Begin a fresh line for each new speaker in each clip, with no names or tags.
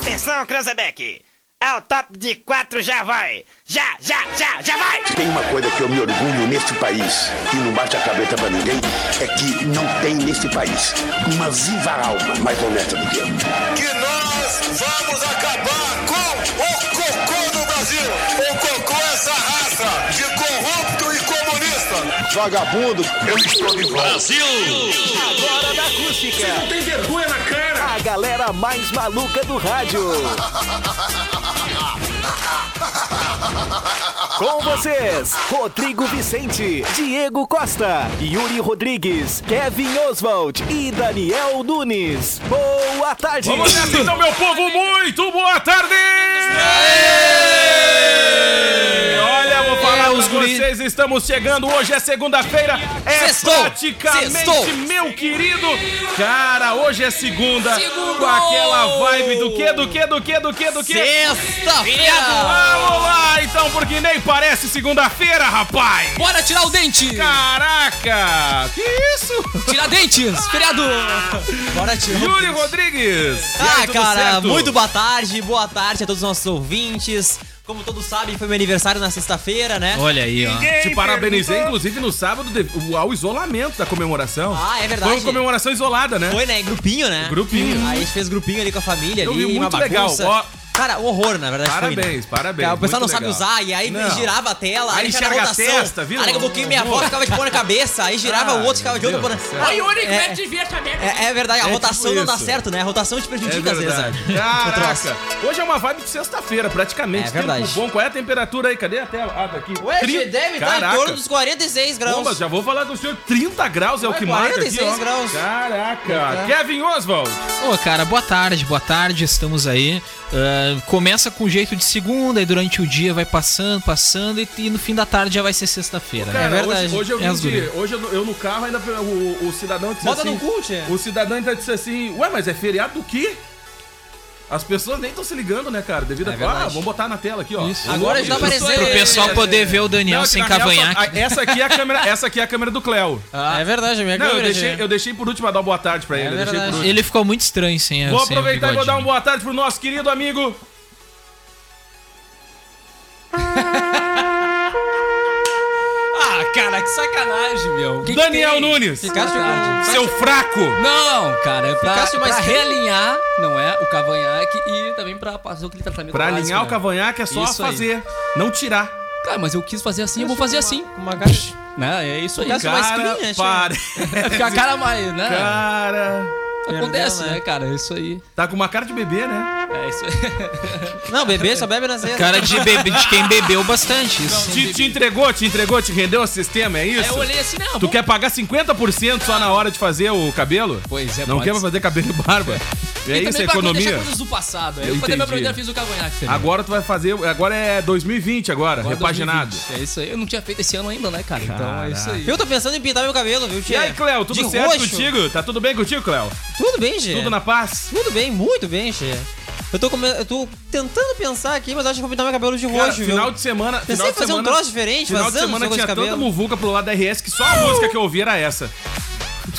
Atenção, Cranzebeck! Ao top de quatro já vai! Já, já, já, já vai!
Tem uma coisa que eu me orgulho neste país, e não bate a cabeça pra ninguém, é que não tem neste país uma viva alma mais honesta do que eu.
que nós vamos acabar com o cocô no Brasil. O cocô é essa raça de corrupto e comunista.
Vagabundo, eu estou de volta.
Agora na acústica. Você não tem vergonha na cara. A galera mais maluca do rádio. Com vocês, Rodrigo Vicente, Diego Costa, Yuri Rodrigues, Kevin Oswald e Daniel Nunes. Boa tarde.
Vamos nessa então, meu povo, muito boa tarde! Olha, vou falar
É, os
os pra
guri-
vocês, estamos chegando, hoje é segunda-feira, é
Sextou!
praticamente,
Sextou!
meu querido, cara, hoje é segunda, com aquela vibe do que, do que, do que, do que, do que?
Sexta-feira!
Vamos lá, então, porque nem parece segunda-feira, rapaz!
Bora tirar o dente!
Caraca, que isso?
Tirar dentes! Feriado! Bora tirar o
Yuri
dente.
Rodrigues! E aí,
Ah,
tudo
cara,
certo?
muito boa tarde, boa tarde a todos os nossos ouvintes. Como todos sabem, foi meu aniversário na sexta-feira, né?
Olha aí, ó.
Te parabenizei, inclusive, no sábado, de- ao isolamento da comemoração.
Ah, é verdade.
Foi uma comemoração isolada, né?
Foi, né? Grupinho, né?
Grupinho.
Aí a gente fez grupinho ali com a família,
Eu
ali,
vi muito
uma
legal,
bagunça.
ó.
Cara, um horror, na verdade, foi, né?
Parabéns, parabéns.
Cara, o pessoal não
muito
sabe
legal.
usar, e aí
Não.
girava a tela, aí,
Aí
já era
enxerga a
rotação.
testa, viu?
Aí daqui a pouquinho minha avó ficava de pôr na cabeça, aí girava
Ah,
o outro, ficava de
meu
outro, pôr na...
Deus do céu.
Aí, Yuri, é, é, é verdade, a
É
rotação
tipo
não dá
isso.
certo, né? A rotação te
É
prejudica às vezes.
verdade.
né?
Caraca,
Troço.
hoje é uma vibe de sexta-feira, praticamente.
É verdade.
Tempo bom, qual é a temperatura aí? Cadê a tela? Ah, tá aqui.
Hoje
Tri-
deve estar em
Caraca.
torno dos 46 graus.
Bom, mas já vou falar com o senhor, 30 graus é o
Vai,
que marca aqui,
46
ó.
graus.
Caraca. Kevin Oswald.
Ô, cara, boa tarde, boa tarde, estamos aí. Ah, começa com jeito de segunda, e durante o dia vai passando, passando, e, e no fim da tarde já vai ser sexta-feira.
Cara,
é verdade.
Hoje, hoje eu
é as
vim de,
gurias.
Hoje eu, eu no carro ainda. O, o cidadão disse
Bota
assim.
no cu, tia.
O cidadão ainda disse assim: Ué, mas é feriado do quê? As pessoas nem estão se ligando, né, cara? Devido a. Ah,
verdade.
vamos botar na tela aqui, ó.
Isso.
Agora já tá aparecendo.
Pro pessoal poder ver o Daniel
Não,
sem
que na real,
cavanhaque.
só- a- essa aqui é a câmera, essa aqui é a câmera do Cleo.
É verdade, minha
Não, eu
câmera,
deixei,
gente.
eu deixei por último a dar uma boa tarde pra ele. eu deixei por
É verdade.
último.
Ele ficou muito estranho
é
sem
Vou
sem o
aproveitar e vou dar um uma
bigodinho.
boa tarde pro nosso querido amigo.
Ah, cara, que sacanagem, meu. Que que
Daniel
é
tem?
Nunes. Ah,
Ficasse de...
Seu fraco!
Não, cara, é pra,
Ficasse mais
pra
feio.
realinhar, não é? O cavanhaque e também pra fazer
tá
aquele tratamento
Pra
básico,
alinhar o
né?
cavanhaque é só
Isso aí.
fazer, não tirar.
Cara, mas eu quis fazer assim, eu vou fazer assim.
Uma caixa.
Né? É isso aí.
Ficasse
Cara.
mais
Cara,
clean, né, tia?
para.
Fica a cara mais, né?
Cara.
Acontece,
Perdeu, né?
né, cara? É isso aí.
Tá com uma cara de bebê, né?
É isso aí.
Não, bebê só bebe na zero.
Cara de, bebe, de quem bebeu bastante,
É um
isso.
Te, te entregou, te entregou, te rendeu o sistema, é
Aí
isso?
eu olhei assim, não.
Tu
vamos-
quer pagar 50% só na hora de fazer o cabelo?
Pois é,
Não
pode
quer pra
ser.
fazer cabelo e barba? É
E
isso,
também
é
pra deixar
economia.
coisas do passado.
Eu
Eu, quando eu
entendi.
me primeira fiz o cavanhaque também.
Agora tu vai fazer. Agora é 2020 agora,
Agora
repaginado.
2020. É isso aí. Eu não tinha feito esse ano ainda, né, cara? Então é
Caraca.
isso aí.
Eu tô pensando em pintar meu cabelo, viu,
E
tia?
aí, Cléo, tudo
De
certo
roxo. É.
contigo? Tá tudo bem contigo, Cléo?
Tudo bem, tia.
Tudo na paz?
Tudo bem, muito bem, Che. Eu tô, come- eu tô tentando pensar aqui, mas acho que vou pintar meu cabelo de
Cara,
roxo,
final
viu?
de semana.
Pensei
final
em
de
fazer um
semana-
troço diferente,
Final
faz
de
anos
semana
que eu
tinha
gosto de
tanta
cabelo.
muvuca pro lado da RS que só a música que eu ouvi era essa.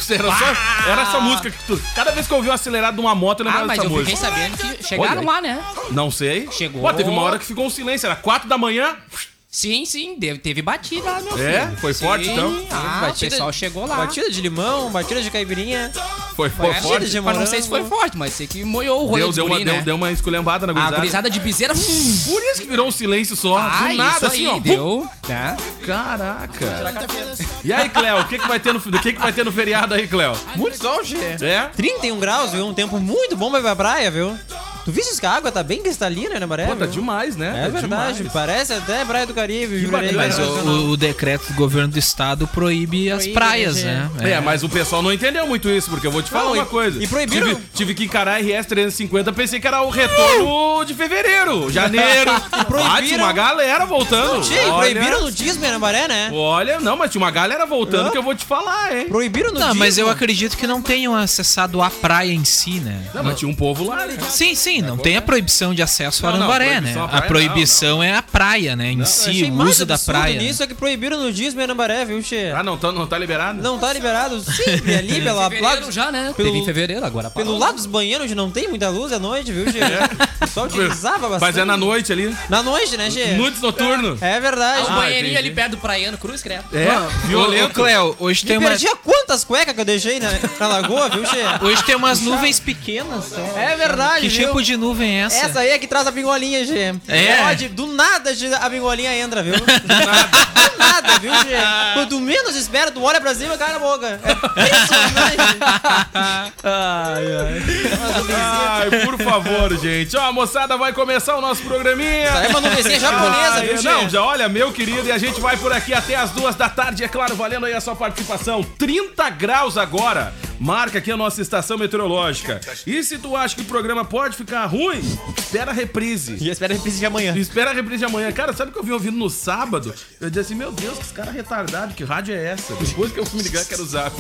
Era só, era essa música que tu. Cada vez que eu ouvi o acelerado de uma moto, eu
Ah,
lembrava
mas
dessa
eu
música.
fiquei sabendo que
tá Olha
chegaram
aí.
lá, né?
Não sei.
Chegou.
Pô, teve uma hora que ficou um silêncio. Era quatro da manhã.
Sim, sim, deve- teve batida lá, meu filho.
É? Foi forte, então?
Ah, o
Batida-
pessoal chegou lá.
Batida de limão, batida de caipirinha.
Foi, foi
Batida
forte.
de
Mas
morango.
não sei se foi forte, mas sei que moiou o rolê
Deu,
dos
deu, uma,
guri,
deu,
né?
deu uma esculhambada na
Ah,
A
gurizada.
gurizada de piseira... hum,
Por isso que virou um silêncio só.
Ah,
do nada,
isso
assim,
aí,
ó.
deu, né?
Caraca.
assim.
E aí, Cléo, o que, que, vai ter no, o que, que vai ter no feriado aí, Cléo?
Muito sol, Che.
É?
31 graus, viu? Um tempo muito bom pra ir pra praia, viu? Tu viste que a água tá bem cristalina, né, Maré?
Pô, tá demais, né?
É verdade,
demais.
parece até Praia do Caribe. Viu,
bacana,
Mas o, o decreto do governo do estado proíbe as
Proíbe,
praias,
né,
né?
É, mas o pessoal não entendeu muito isso, porque eu vou te falar
Não,
uma
e-
coisa.
e proibiram-
Tive, tive que encarar a RS 350, pensei que era o retorno de fevereiro, janeiro. Bate
Uh! proibiram-
uma galera voltando.
Che,
Olha-
proibiram no Disney, né, Maré, né?
Olha, não, mas tinha uma galera voltando que eu vou te falar, hein?
Proibiram no
Não, Ah, mas
Disney.
eu acredito que não tenham acessado a praia em si, né?
Não, mas tinha um povo lá, né?
Sim, sim, Sim, não tem a proibição de acesso a
Não, não,
Arambaré, né?
proibição à
A
praia,
proibição é a praia, né? Em si, o uso da praia.
nisso é que proibiram no dismo em Anambaré, viu, Che?
Ah, não, tá- não tá liberado?
Não tá liberado sempre ali, pela,
Fevereiro
lá,
já, né?
pelo-
Teve em fevereiro, agora
pelo
parou.
lado dos banheiros, onde não tem muita luz à noite, viu, Che? O pessoal utilizava bastante.
Mas é na noite ali.
Na noite, né, Che?
Nudes noturno.
É
Ah,
verdade.
o
Ah, entendi.
banheirinho ali perto do Praiano Cruz, credo.
É,
Ô, ô,
violento.
Cléo, hoje tem,
Eu
uma,
perdi a quantas cuecas que eu deixei na, na lagoa, viu, Che?
hoje tem umas nuvens pequenas.
É verdade,
Que
viu?
tipo de nuvem é essa?
Essa aí é que traz a pingolinha, Gê.
É.
Pode, do nada Gê, a pingolinha entra, viu? Do nada. do nada, viu, Gê? Quando menos espera, tu olha pra cima e cai na boca. É né? impressionante.
Ai, por favor, gente. Ó, moçada, vai começar o nosso programinha.
É uma nuvenzinha japonesa,
Ah,
viu,
eu-
Gê?
Não, já olha, meu querido, e a gente vai por aqui até as duas da tarde, é claro, valendo aí a sua participação. 30 graus agora, marca aqui a nossa estação meteorológica. E se tu acha que o programa pode ficar ruim, espera a reprise.
E espera a reprise de amanhã.
Espera a reprise de amanhã. Cara, sabe o que eu vim ouvindo no sábado? Eu disse assim, meu Deus, que esse cara é retardado, que rádio é essa? Depois que eu fui me ligar, quero o zap.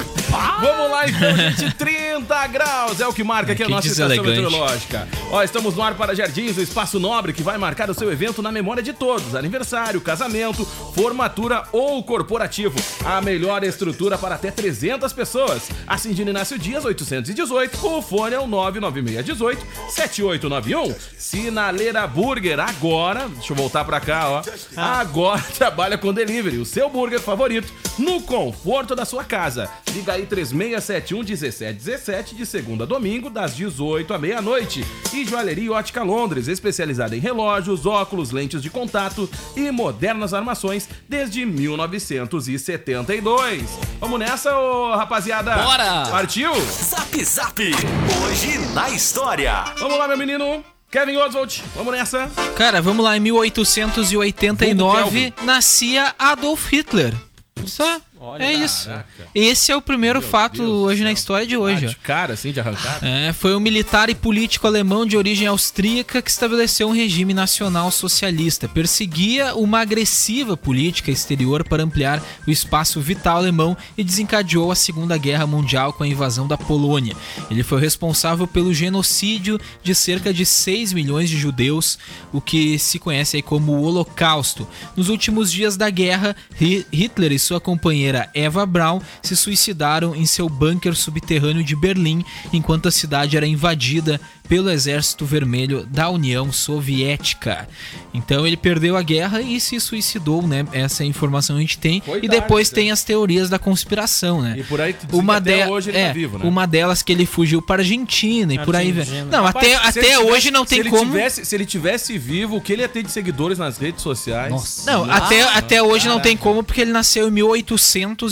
Vamos lá então, gente, 30 graus é o que marca aqui a
que
nossa estação
deselegante.
meteorológica. Lógica. Ó, estamos no ar para Jardins, o espaço nobre que vai marcar o seu evento na memória de todos: aniversário, casamento, formatura ou corporativo. A melhor estrutura para até 300 pessoas. Ascendino Inácio Dias, 818. O fone é o 99618 7891. Sinaleira Burger, agora. Deixa eu voltar para cá, ó. Agora trabalha com delivery, o seu burger favorito, no conforto da sua casa. Liga aí 3671 1717 de segunda a domingo, das 18 à meia-noite. E Joalheria Ótica Londres, especializada em relógios, óculos, lentes de contato e modernas armações desde 1972. Vamos nessa, ô rapaziada?
Bora!
Partiu?
Zap Zap. Hoje na história.
Vamos lá, meu menino. Kevin Oswald, vamos nessa.
Cara, vamos lá, em 1889 nascia Adolf Hitler. Só. é isso. Esse é o primeiro fato hoje na história de hoje. ó.
cara, assim, de arrancada.
É, foi um militar e político alemão de origem austríaca que estabeleceu um regime nacional socialista. Perseguia uma agressiva política exterior para ampliar o espaço vital alemão e desencadeou a Segunda Guerra Mundial com a invasão da Polônia. Ele foi responsável pelo genocídio de cerca de 6 milhões de judeus, o que se conhece aí como o Holocausto. Nos últimos dias da guerra, Hi- Hitler e sua companheira Eva Braun se suicidaram em seu bunker subterrâneo de Berlim, enquanto a cidade era invadida pelo Exército Vermelho da União Soviética. Então ele perdeu a guerra e se suicidou, né? Essa é a informação que a gente tem.
Foi
e
tarde,
depois
né?
tem as teorias da conspiração, né?
E por aí que dizem
uma
que até
de-
hoje ele
é,
tá vivo, né?
Uma delas que ele fugiu para a Argentina e por aí.
Argentina.
Não, até,
Rapaz, se
até
ele tivesse-
hoje não
se
tem
ele
como.
Tivesse, se ele tivesse vivo, o que ele ia ter de seguidores nas redes sociais?
Não, até, até hoje não tem como, porque ele nasceu em 1889.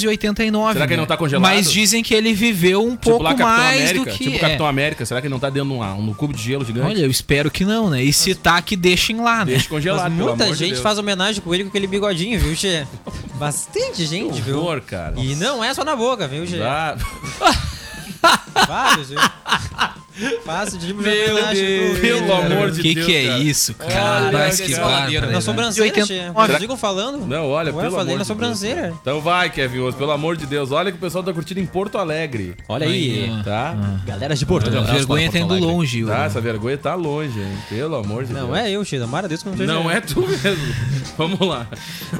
Será que ele
né?
não tá congelado? Tipo
Mas dizem que ele viveu um pouco
lá
mais
América.
do que.
Tipo
é.
Capitão América, será que ele não tá dentro de um, um cubo de gelo gigante?
Olha, eu espero que não, né? E se tá, que deixem lá, né?
Deixa congelado, pelo
Muita
amor de
gente
Deus.
faz homenagem com ele com aquele bigodinho, viu, Che? Bastante gente,
Que
viu?
horror, cara.
E não é só na boca, viu, Che?
Ah,
Vários, viu? Fácil de
Meu Deus, pelo amor de
que
Deus,
que é
cara.
isso, cara?
Olha,
Mas que
cara.
bárbaro.
Na sobrancelha,
80.
Che.
Olha-
Vocês ficam falando?
Não, olha,
Ué,
é
pelo
eu falei
amor
na
de
sobrancelha.
então vai, Kevin Oso, pelo amor de Deus. Olha que o pessoal tá curtindo em Porto Alegre.
Olha aí.
Ah,
Tá?
Galera de Porto.
A vergonha tá indo longe,
Tá,
o-
essa vergonha tá longe, hein? Pelo amor de Deus.
Não é eu, Che. Amara Deus que não seja
Não
eu.
é tu mesmo. Vamos lá.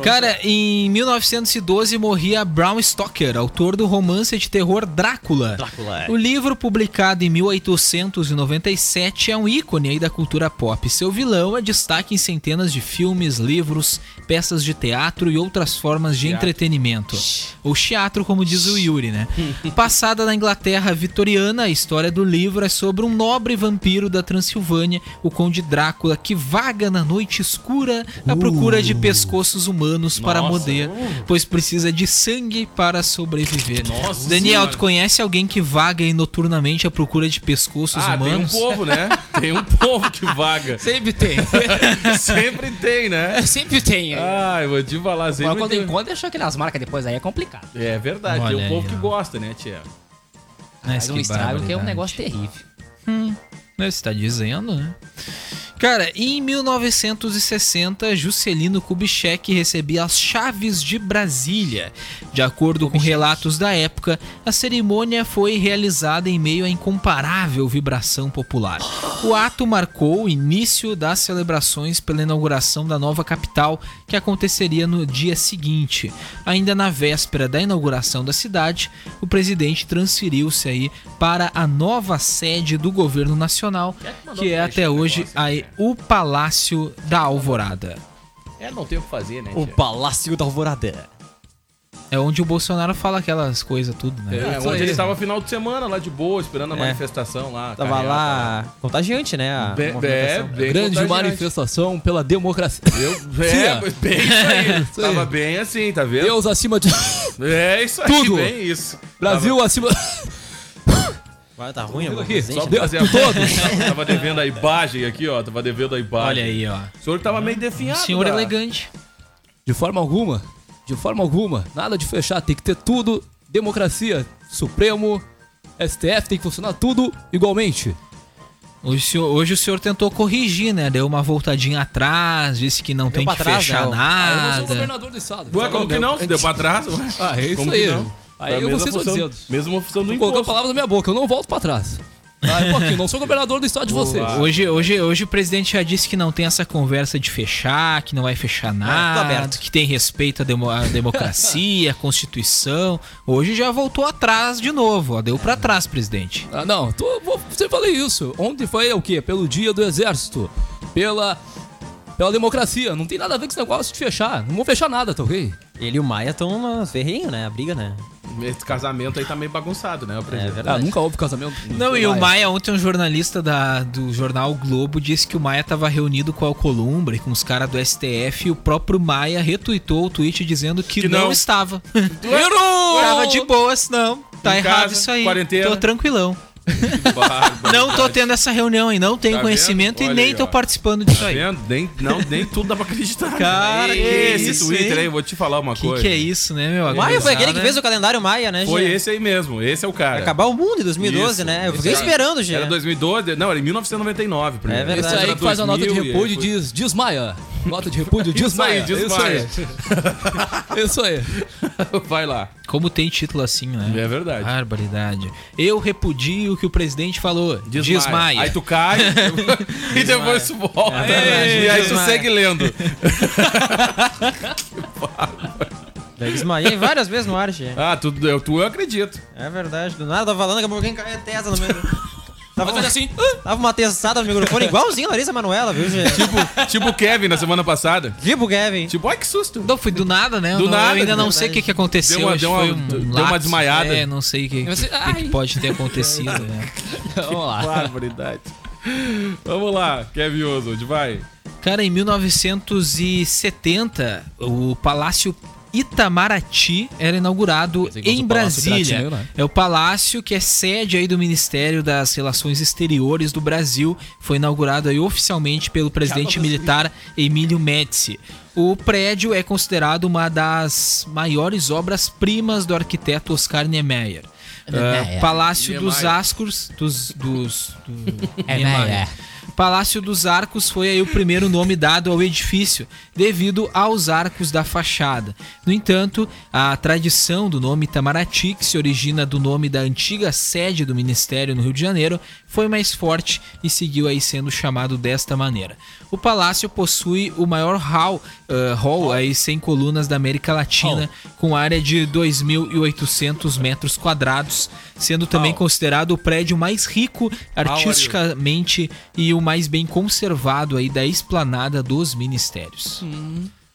Cara, em 1912 morria Brown Stoker, autor do romance de terror Drácula. O livro, publicado em 1897, é um ícone aí da cultura pop. Seu vilão é destaque em centenas de filmes, livros, peças de teatro e outras formas de entretenimento. Ou teatro, como diz o Yuri, né? Passada na Inglaterra vitoriana, a história do livro é sobre um nobre vampiro da Transilvânia, o Conde Drácula, que vaga na noite escura
Uh.
à procura de pescoços humanos para morder, pois precisa de sangue para sobreviver. Daniel, tu conhece alguém que vaga aí noturnamente à procura de pescoços
Ah, tem um
humanos?
povo, né? Tem um povo que vaga.
Sempre tem.
Sempre tem, né?
Sempre tem.
Ah,
Ai, vou te falar,
Mas
sempre
quando
tem.
encontra, deixou aquelas marcas depois aí, é complicado.
É verdade, tem
Olha
um
aí,
povo que
ó.
gosta, né, tia?
Mas
Faz um
que
estrago que é um
barbaridade.
negócio terrível.
Né, Você tá dizendo, né? Cara, em 1960, Juscelino Kubitschek recebia as chaves de Brasília. De acordo com relatos da época, a cerimônia foi realizada em meio à incomparável vibração popular. O ato marcou o início das celebrações pela inauguração da nova capital, que aconteceria no dia seguinte. Ainda na véspera da inauguração da cidade, o presidente transferiu-se aí para a nova sede do governo nacional, que é até hoje aí o Palácio da Alvorada.
É, não tem o que fazer, né?
O
tia?
Palácio da Alvorada.
É onde o Bolsonaro fala aquelas coisas tudo,
É,
né?
onde ele estava final de semana lá de boa, esperando a manifestação lá.
Tava
carreata.
lá contagiante, né? a
Be- É,
movimentação.
bem
Grande
contagiante.
manifestação pela democracia.
Eu,
Sim,
é,
ó.
mas bem isso aí.
Isso aí.
Tava bem assim, tá vendo?
Deus acima de.
É isso aí,
Tudo.
bem isso.
Brasil acima.
Vai, tá ruim, mano.
Tava, só pra fazer a... todos. Tava devendo a imagem aqui, ó. Tava devendo a imagem.
Olha aí, ó.
O senhor tava meio definhado.
Senhor
tá?
elegante.
De forma alguma. De forma alguma. Nada de fechar. Tem que ter tudo. Democracia. Supremo. STF tem que funcionar tudo igualmente.
Hoje, o senhor- hoje o senhor tentou corrigir, né? Deu uma voltadadinha atrás, disse que não tem
pra
que
trás, né?
Eu
fechar
não sou
nada.
governador do estado.
Ué, como que não? Se deu pra trás, ué.
Ah, é isso
Como que
aí.
não?
Aí
É a
eu vou
mesma
ser
função-
deduzido.
Mesma função do
Colocou a
imposto.
palavra na minha boca. Eu não volto pra trás. Tá, eu tô aqui, não sou governador do estado de vocês.
Hoje, hoje, hoje o presidente já disse que não tem essa conversa de fechar, que não vai fechar nada,
aberto.
que tem respeito à, demo- à democracia, à Constituição. Hoje já voltou atrás de novo, ó, deu pra trás, presidente.
Ah, não, tô, vou, você falei isso. Ontem foi o quê? Pelo dia do exército. Pela. Pela democracia. Não tem nada a ver com esse negócio de fechar. Não vou fechar nada, tá ok?
Ele e o Maia estão ferrinho, né? A briga, né?
Esse casamento aí tá meio bagunçado, né? O
É
presidente.
Ah,
verdade.
nunca houve casamento.
Não, e o Maia, ontem um jornalista da- do jornal O Globo disse que o Maia estava reunido com a Alcolumbre, com os caras do STF, e o próprio Maia retuitou o tweet dizendo que,
Que
não.
não. é?
estava.
Errou!
Tava de boas, não. Tá
Em
errado
casa,
isso aí.
quarentena.
Tô tranquilão.
Que bárbaro.
Não tô tendo essa reunião e não tenho
Tá
conhecimento
vendo?
e
Olha
nem
aí,
tô
ó.
participando disso
Tá
aí.
vendo? Nem, não, nem tudo dá pra acreditar. né?
Cara, que
esse
isso,
Twitter
hein?
aí, eu vou te falar uma
Que
coisa.
que é isso, né, meu?
Maia foi
Agora,
aquele que
né?
fez o calendário Maia, né,
Foi
Gê?
esse aí mesmo, esse é o cara.
Vai acabar o mundo em 2012,
Isso,
né? Eu
esse
fiquei
cara.
esperando, Gê.
Era 2012, não, era em 1999. Primeiro.
É verdade.
Esse aí que faz a nota de repúdio e diz desmaia. Nota de repúdio
Isso aí,
desmaia.
desmaia.
Isso aí.
Vai lá.
Como tem título assim, né?
É verdade.
Barbaridade. Eu repudio o que o presidente falou. Desmaia.
Aí tu cai e depois tu volta.
verdade,
e aí tu
desmaia.
segue lendo.
Eu desmaiei várias vezes no ar, Gê.
Ah, tu, eu, tu, eu acredito.
É verdade. Do nada, tava falando, daqui a pouco alguém caiu a testa no meio.
Mas olha assim. ah,
Tava uma testada no microfone, igualzinho a Larissa Manoela, viu, Gê?
Tipo, tipo o Kevin na semana passada.
Tipo o Kevin.
Tipo, ai que susto.
Não, foi do nada, né? Eu
Do
não-
nada,
Eu ainda não
verdade.
sei o que, que aconteceu.
Deu uma-
acho
deu
que foi
uma-
um
deu uma
lapso.
desmaiada.
É, não sei o que,
Você-
o que que
ai.
pode ter acontecido. né?
Vamos lá.
Barbaridade. Vamos lá, Kevin Oswald, vai.
Cara, em 1970, o Palácio Itamaraty era inaugurado
Pensei que fosse
em
o Palácio
Brasília.
Piratini, né?
É o palácio que é sede aí do Ministério das Relações Exteriores do Brasil. Foi inaugurado aí oficialmente pelo presidente militar Emílio Médici. O prédio é considerado uma das maiores obras-primas do arquiteto Oscar Niemeyer. Ah, Palácio dos
Niemeyer.
Ascos dos, dos do- Niemeyer. Palácio dos Arcos foi aí o primeiro nome dado ao edifício, devido aos arcos da fachada. No entanto, a tradição do nome Itamaraty, que se origina do nome da antiga sede do Ministério no Rio de Janeiro, foi mais forte e seguiu aí sendo chamado desta maneira. O palácio possui o maior hall, ah, hall aí sem colunas da América Latina, com área de 2.800 metros quadrados, sendo também considerado o prédio mais rico artisticamente e o mais bem conservado aí da esplanada dos ministérios.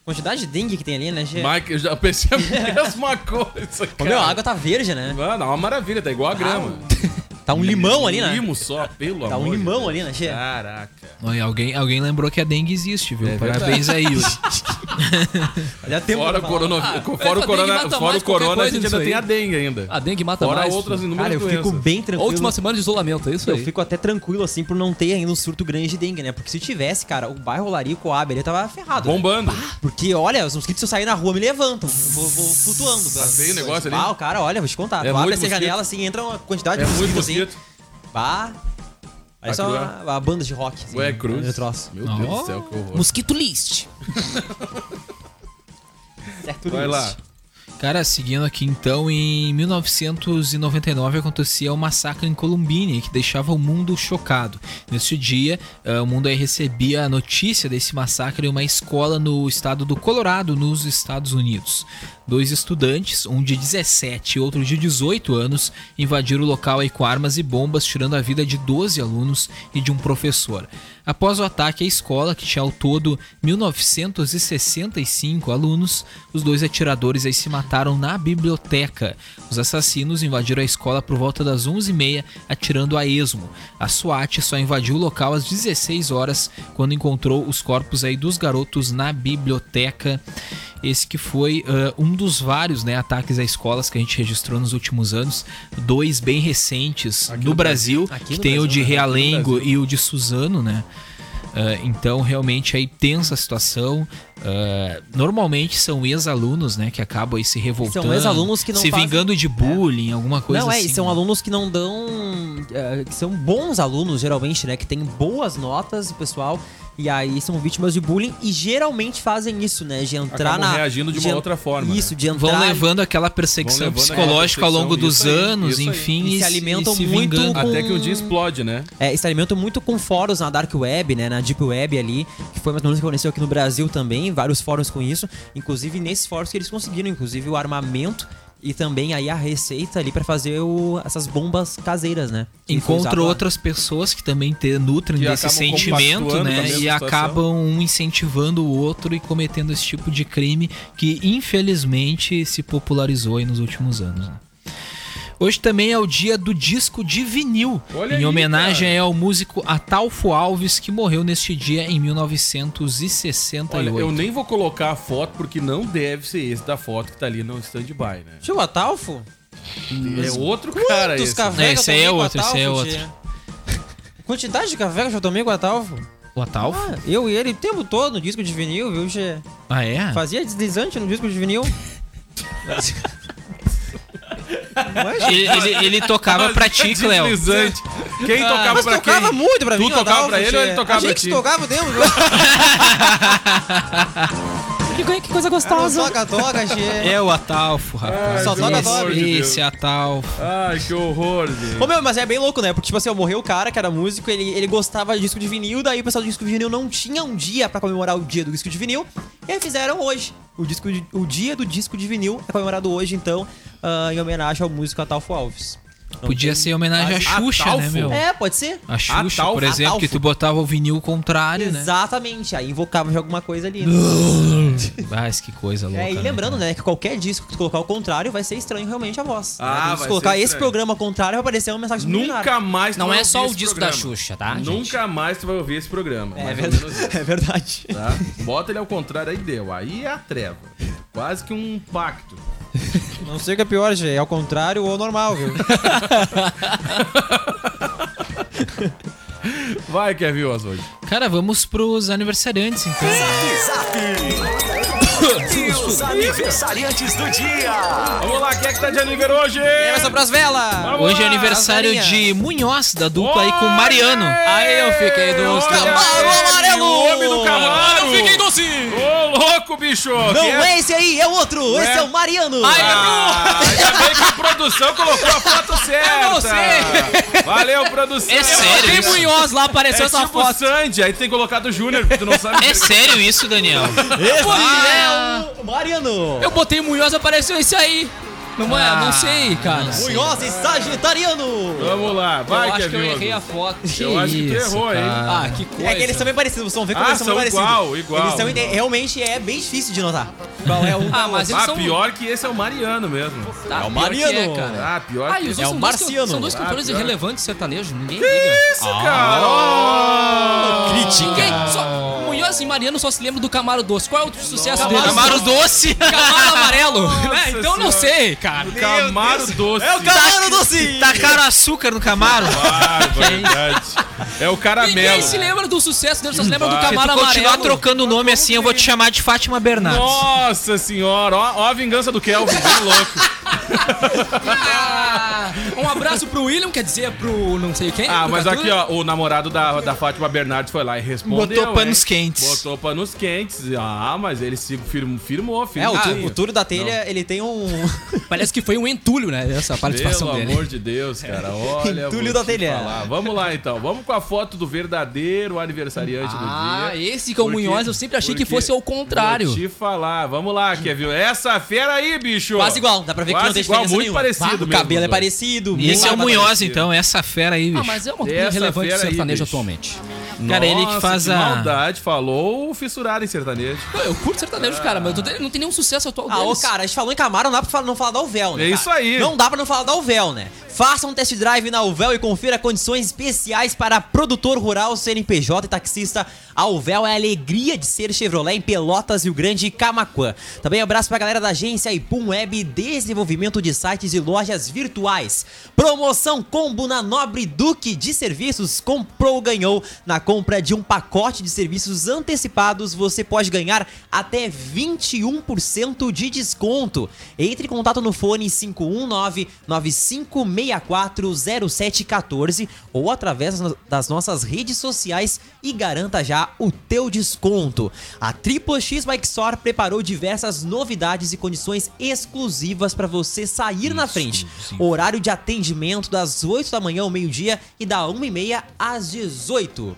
Quantidade de dengue que tem ali, né,
É.
Gê?
Mike, eu já pensei a mesma coisa,
Pô,
cara.
meu, a água tá verde, né?
Mano, é uma maravilha, tá
Ah,
igual a grama.
Tá um limão ali, né?
Limo só, pelo
Tá
amor.
um
de
limão
Deus.
ali, né, Gê?
Caraca.
Olha, alguém, alguém lembrou que a dengue existe,
É
viu? Parabéns aí, Yuri.
Já tem um
Fora
pra
o
falar.
corona,
Ah,
fora o
essa dengue
corona,
mata
fora o
mais qualquer
corona a
coisa
gente
disso
ainda tem
aí.
a dengue ainda.
A dengue mata
Fora
mais.
outras inúmeras
Cara, eu fico
doenças.
bem tranquilo.
Última semana de isolamento, é isso
Eu
aí.
fico até tranquilo, assim, por não ter ainda um surto grande de dengue, né? Porque se tivesse, cara, o bairro Olaria e Coab, ele tava ferrado. né?
Bombando.
Porque, olha, os mosquitos, se eu sair na rua, me levantam. Vou, vou flutuando.
feio o negócio ali.
Ah, o cara, olha, vou te contar.
É
tu abre
muito
essa
mosquito.
janela, assim, entra uma quantidade
É
de
muito
mosquitos, assim.
mosquito.
Bah. Aí só
cru,
uma, uma banda de rock. assim,
Ué,
né?
cruz.
Eu troço.
Meu Deus
Ó.
do céu, que horror.
Mosquito List.
Certo,
Vai lá.
Cara, seguindo aqui então, em 1999 acontecia o massacre em Columbine, que deixava o mundo chocado. Neste dia, eh, o mundo aí recebia a notícia desse massacre em uma escola no estado do Colorado, nos Estados Unidos. Dois estudantes, um de 17 e outro de 18 anos, invadiram o local aí com armas e bombas, tirando a vida de 12 alunos e de um professor. Após o ataque à escola, que tinha ao todo 1965 alunos, os dois atiradores aí se mataram na biblioteca. Os assassinos invadiram a escola por volta das 11h30, atirando a esmo. A SWAT só invadiu o local às 16 horas, quando encontrou os corpos aí dos garotos na biblioteca. Esse que foi ah, um dos vários né, ataques a escolas que a gente registrou nos últimos anos, dois bem recentes no Brasil, que
no
tem o
Brasil, né?
de
Aqui no
Realengo e o de Suzano, né? Ah, então, realmente, aí tensa a situação. Ah, normalmente são ex-alunos, né? Que acabam aí se revoltando.
ex-alunos que não
Se
fazem-
vingando de bullying, alguma coisa
não, é,
assim.
e são
né?
alunos que não dão. eh, que são bons alunos, geralmente, né? Que têm boas notas, o pessoal. E aí são vítimas de bullying e geralmente fazem isso, né? De entrar
Acabam
na.
reagindo de uma outra forma, né?
Isso, de entrar.
Vão levando aquela perseguição
levando aquela
psicológica ao longo dos
perseguição, isso aí,
anos,
isso aí.
enfim.
E se alimentam muito
vingando.
com-
Até que um dia explode, né?
É, se alimentam muito com fóruns na Dark Web, né? Na Deep Web ali, que foi mais ou menos que aconteceu aqui no Brasil também, vários fóruns com isso. Inclusive, nesses fóruns que eles conseguiram, inclusive, o armamento e também aí a receita ali pra fazer o- essas bombas caseiras, né? Que foi usado
Encontra
lá.
outras pessoas que também te, nutrem
Que
desse
acabam
sentimento,
compactuando com a
né?
mesma
E
situação.
acabam um incentivando o outro e cometendo esse tipo de crime que, infelizmente, se popularizou aí nos últimos anos. né? Hoje também é o dia do disco de vinil,
Olha
em
aí,
homenagem
cara.
aí ao músico Atalfo Alves, que morreu neste dia em
Tá
1968.
Olha, eu nem vou colocar a foto porque não deve ser esse da foto que tá ali no stand-by, né?
Tio Atalfo?
É outro cara
Quantos
esse.
cafés
É,
eu
esse aí é
tomei com
outro, esse aí é
Atalfo,
outro.
tia? Quantidade de café que eu já tomei com o Atalfo?
O Atalfo?
Ah, eu e ele o tempo todo no disco de vinil, viu, Che?
Ah, é?
Fazia deslizante no disco de vinil. é,
Ele, ele- ele tocava pra ti, Cleo.
Deslizante. Quem tocava
Mas
pra
tocava
quem?
muito pra
Tu
mim, o
tocava
Adalvo,
pra ele
tchê.
ou ele tocava
A gente
pra ti?
tocava né? dentro.
Que, coi- que coisa
Não
gostosa.
toca, toca, che.
É o Atalfo, rapaz.
Só toca top.
de Deus.
Esse Atalfo.
Ai, que horror, gente.
Ô, meu, mas é bem louco, né? Porque, tipo assim, ó, morreu o cara que era músico, ele, ele gostava de disco de vinil, daí o pessoal do disco de vinil não tinha um dia pra comemorar o dia do disco de vinil, e aí fizeram hoje. O, disco de- o dia do disco de vinil é comemorado hoje, então, ah, em homenagem ao músico Atalfo Alves. Não
Podia
Então tem-
ser em homenagem
Ah,
à Xuxa, né,
Atalfo?
meu?
É, pode ser.
A Xuxa,
Atalfo.
por exemplo, que
Atalfo.
tu né? botava o vinil contrário,
Exatamente, aí invocava de alguma coisa ali. né?
né? Mas que coisa louca.
É, e lembrando, né, que qualquer disco que tu colocar ao contrário vai ser estranho realmente a voz. né?
Ah,
Quando tu
vai
colocar
ser
esse
estranho.
programa ao contrário, vai aparecer uma mensagem subliminar.
Nunca mais tu
Não
vai
é
ouvir
só o
esse
disco da
programa.
Xuxa, tá? gente?
Nunca mais tu vai ouvir esse programa.
É
mais ou menos
verdade. É verdade.
tá? Bota ele ao contrário, aí deu. Aí é a treva. Quase que um pacto.
Não sei o que é pior, gente. É ao contrário ou normal, viu?
Vai, Kevin Oswald.
Cara, vamos pros aniversariantes, então.
Zap! E os aniversariantes do dia!
Vamos lá, quem é que tá de aniversário hoje?
Vai sobrar as velas!
Vamos
Hoje é
lá,
aniversário
as
de Munhoz, da dupla aí com o Mariano.
Aí eu
fiquei doce.
Cavalo amarelo!
O homem do cavalo!
Eu fiquei doce!
Ô, louco, bicho!
Não é esse aí, é outro! Esse é o Mariano!
Ainda bem que a produção colocou a foto certa! Valeu, produção!
É sério
Tem
isso?
Munhoz lá, apareceu
É
essa
tipo
assim,
foto.
Sandy, aí tu tem colocado o Júnior, porque tu não sabe...
É sério isso, Daniel?
Esse
né?
é o é Mariano!
Eu botei Munhoz, apareceu esse aí. Não é?
Ah,
Não sei, cara.
Munhoz e Sagitariano!
Vamos lá, vai,
eu acho que
Kevin
eu errei a
Oswald.
foto.
Eu acho que tu
Isso,
errou, hein?
Ah, que coisa.
É que eles são bem parecidos, vão ver como
Ah,
eles são,
são
bem parecidos.
igual, igual.
Eles são ide- Realmente é bem difícil de notar. Qual é um
Ah, mas eles
Ah,
são...
pior que esse é o Mariano mesmo.
Tá,
É o
pior que
Mariano.
cara.
Ah, pior
Ah,
que
e os
É
dois
o
são
Marciano.
Dois, são dois
Ah,
cantores
pior.
irrelevantes sertanejo, ninguém liga.
isso, cara!
Ah, Ninguém, só, Munhoz e Mariano só se lembram do Camaro Doce. Qual é o outro sucesso deles?
Camaro Doce.
Camaro Amarelo.
Nossa
Né?
É, então não
Senhora.
sei, cara.
Ô, Camaro doce. É o
Mariano doce!
Tacaram açúcar no Camaro.
É o caramelo.
Ninguém se lembra do sucesso deles, só se lembra do
Vai.
Se
Camaro
tu continuar
Amarelo.
trocando o nome assim, eu vou te chamar de Fátima Bernardes.
Nossa senhora, ó, ó a vingança do Kelvin, bem louco.
Um
Ah, abraço pro William, quer dizer, pro não sei quem.
Tá
Ah,
pro
mas
Catu.
aqui, ó, o namorado da, da Fátima Bernardes foi lá e respondeu.
Botou panos quentes.
Botou panos quentes. Ah, mas ele se firmou, firmou,
É,
firmou.
o, tu, o Túlio da telha, ele tem um.
Parece que foi um entulho, né? Essa participação
Pelo
dele.
amor de Deus, cara. Olha.
Entulho
vou
da
te
telha.
falar. Vamos lá então. Vamos com a foto do verdadeiro aniversariante do
Ah,
dia.
esse que é o
Porque-
Munhoz, eu sempre achei que
porque-
fosse ao contrário.
Vou te falar. Vamos lá, Kevin. Essa fera aí, bicho.
Quase igual, dá pra ver que
Quase
não tem
igual,
diferença
muito
nenhuma.
parecido
Ah,
mesmo,
O cabelo é
dois.
parecido.
E Esse é o
barba
Munhoz,
parecido.
então, essa fera aí, bicho.
Ah, mas é uma coisa
Essa
relevante do
fera aí,
sertanejo
bicho.
atualmente.
Cara, ele que
Nossa,
faz a-
maldade, falou o fissurar em sertanejo.
Não, eu curto sertanejo, cara, mas eu tô- não tem nenhum sucesso atual
Ah, ô
deles.
cara, a gente falou em Camaro, não dá pra fa- não falar da Uvel, né?
É
cara?
isso aí.
Não dá pra não falar da Uvel, né? Faça um test drive na Uvel e confira condições especiais para produtor rural, CNPJ e taxista. A Uvel é a alegria de ser Chevrolet em Pelotas, Rio Grande e Camaquã. Também abraço pra galera da agência Ipum Web, desenvolvimento de sites e lojas virtuais. Promoção combo na Nobre Duque de Serviços. Comprou, ganhou. Na compra de um pacote de serviços antecipados, você pode ganhar até 21% de desconto. Entre em contato no fone 519-9564-0714 ou através no- das nossas redes sociais e garanta já o teu desconto. A Triple X Bike Store preparou diversas novidades e condições exclusivas para você sair na frente. Horário de atendimento das 8 da manhã ao meio-dia e da 1h30 às 18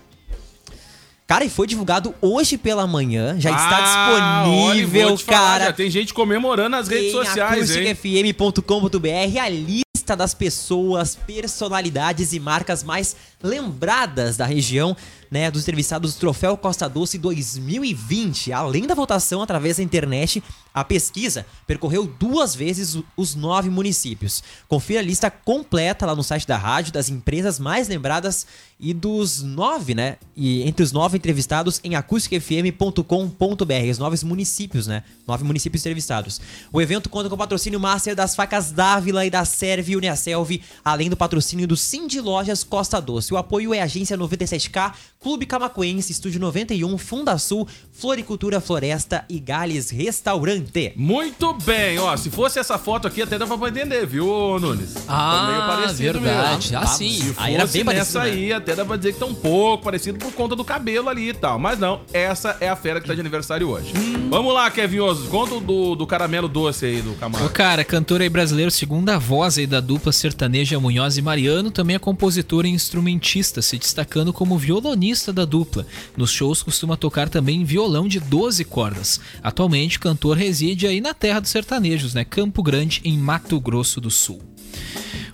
Cara, e foi divulgado hoje pela manhã, já Tá, está
Ah, olha,
disponível,
vou te falar,
cara
já tem gente comemorando nas redes
em
sociais, hein?
acústicafm.com.br a lista das pessoas, personalidades e marcas mais lembradas da região, né, dos entrevistados do Troféu Costa Doce 2020. Além da votação através da internet, a pesquisa percorreu duas vezes o- os nove municípios. Confira a lista completa lá no site da rádio das empresas mais lembradas e dos nove, né, e entre os nove entrevistados em acústicafm.com.br, os nove municípios, né, nove municípios entrevistados. O evento conta com o patrocínio master das facas Dávila e da Serve Uniaselv, além do patrocínio do Cindy Lojas Costa Doce. O apoio é Agência 97K, Clube Camacuense, Estúdio 91, Fundasul, Floricultura Floresta e Gales Restaurante.
Muito bem, ó. Se fosse essa foto aqui, até dava pra entender, viu, Nunes? Tá meio
Ah,
parecido
verdade.
mesmo. tá?
Ah, sim.
Aí era bem parecido, aí, até dá pra dizer que tá um pouco parecido por conta do cabelo ali e tal. Mas não, essa é a fera que tá de aniversário hoje. Vamos lá, Kevin Osos, conta o do, do caramelo doce aí do
Ô,
camarada.
cara, cantor aí brasileiro, segunda voz aí da dupla sertaneja Munhoz e Mariano, também é compositor e instrumentista, se destacando como violonista da dupla. Nos shows costuma tocar também violão de 12 cordas. Atualmente, o cantor reside aí na terra dos sertanejos, né? Campo Grande, em Mato Grosso do Sul.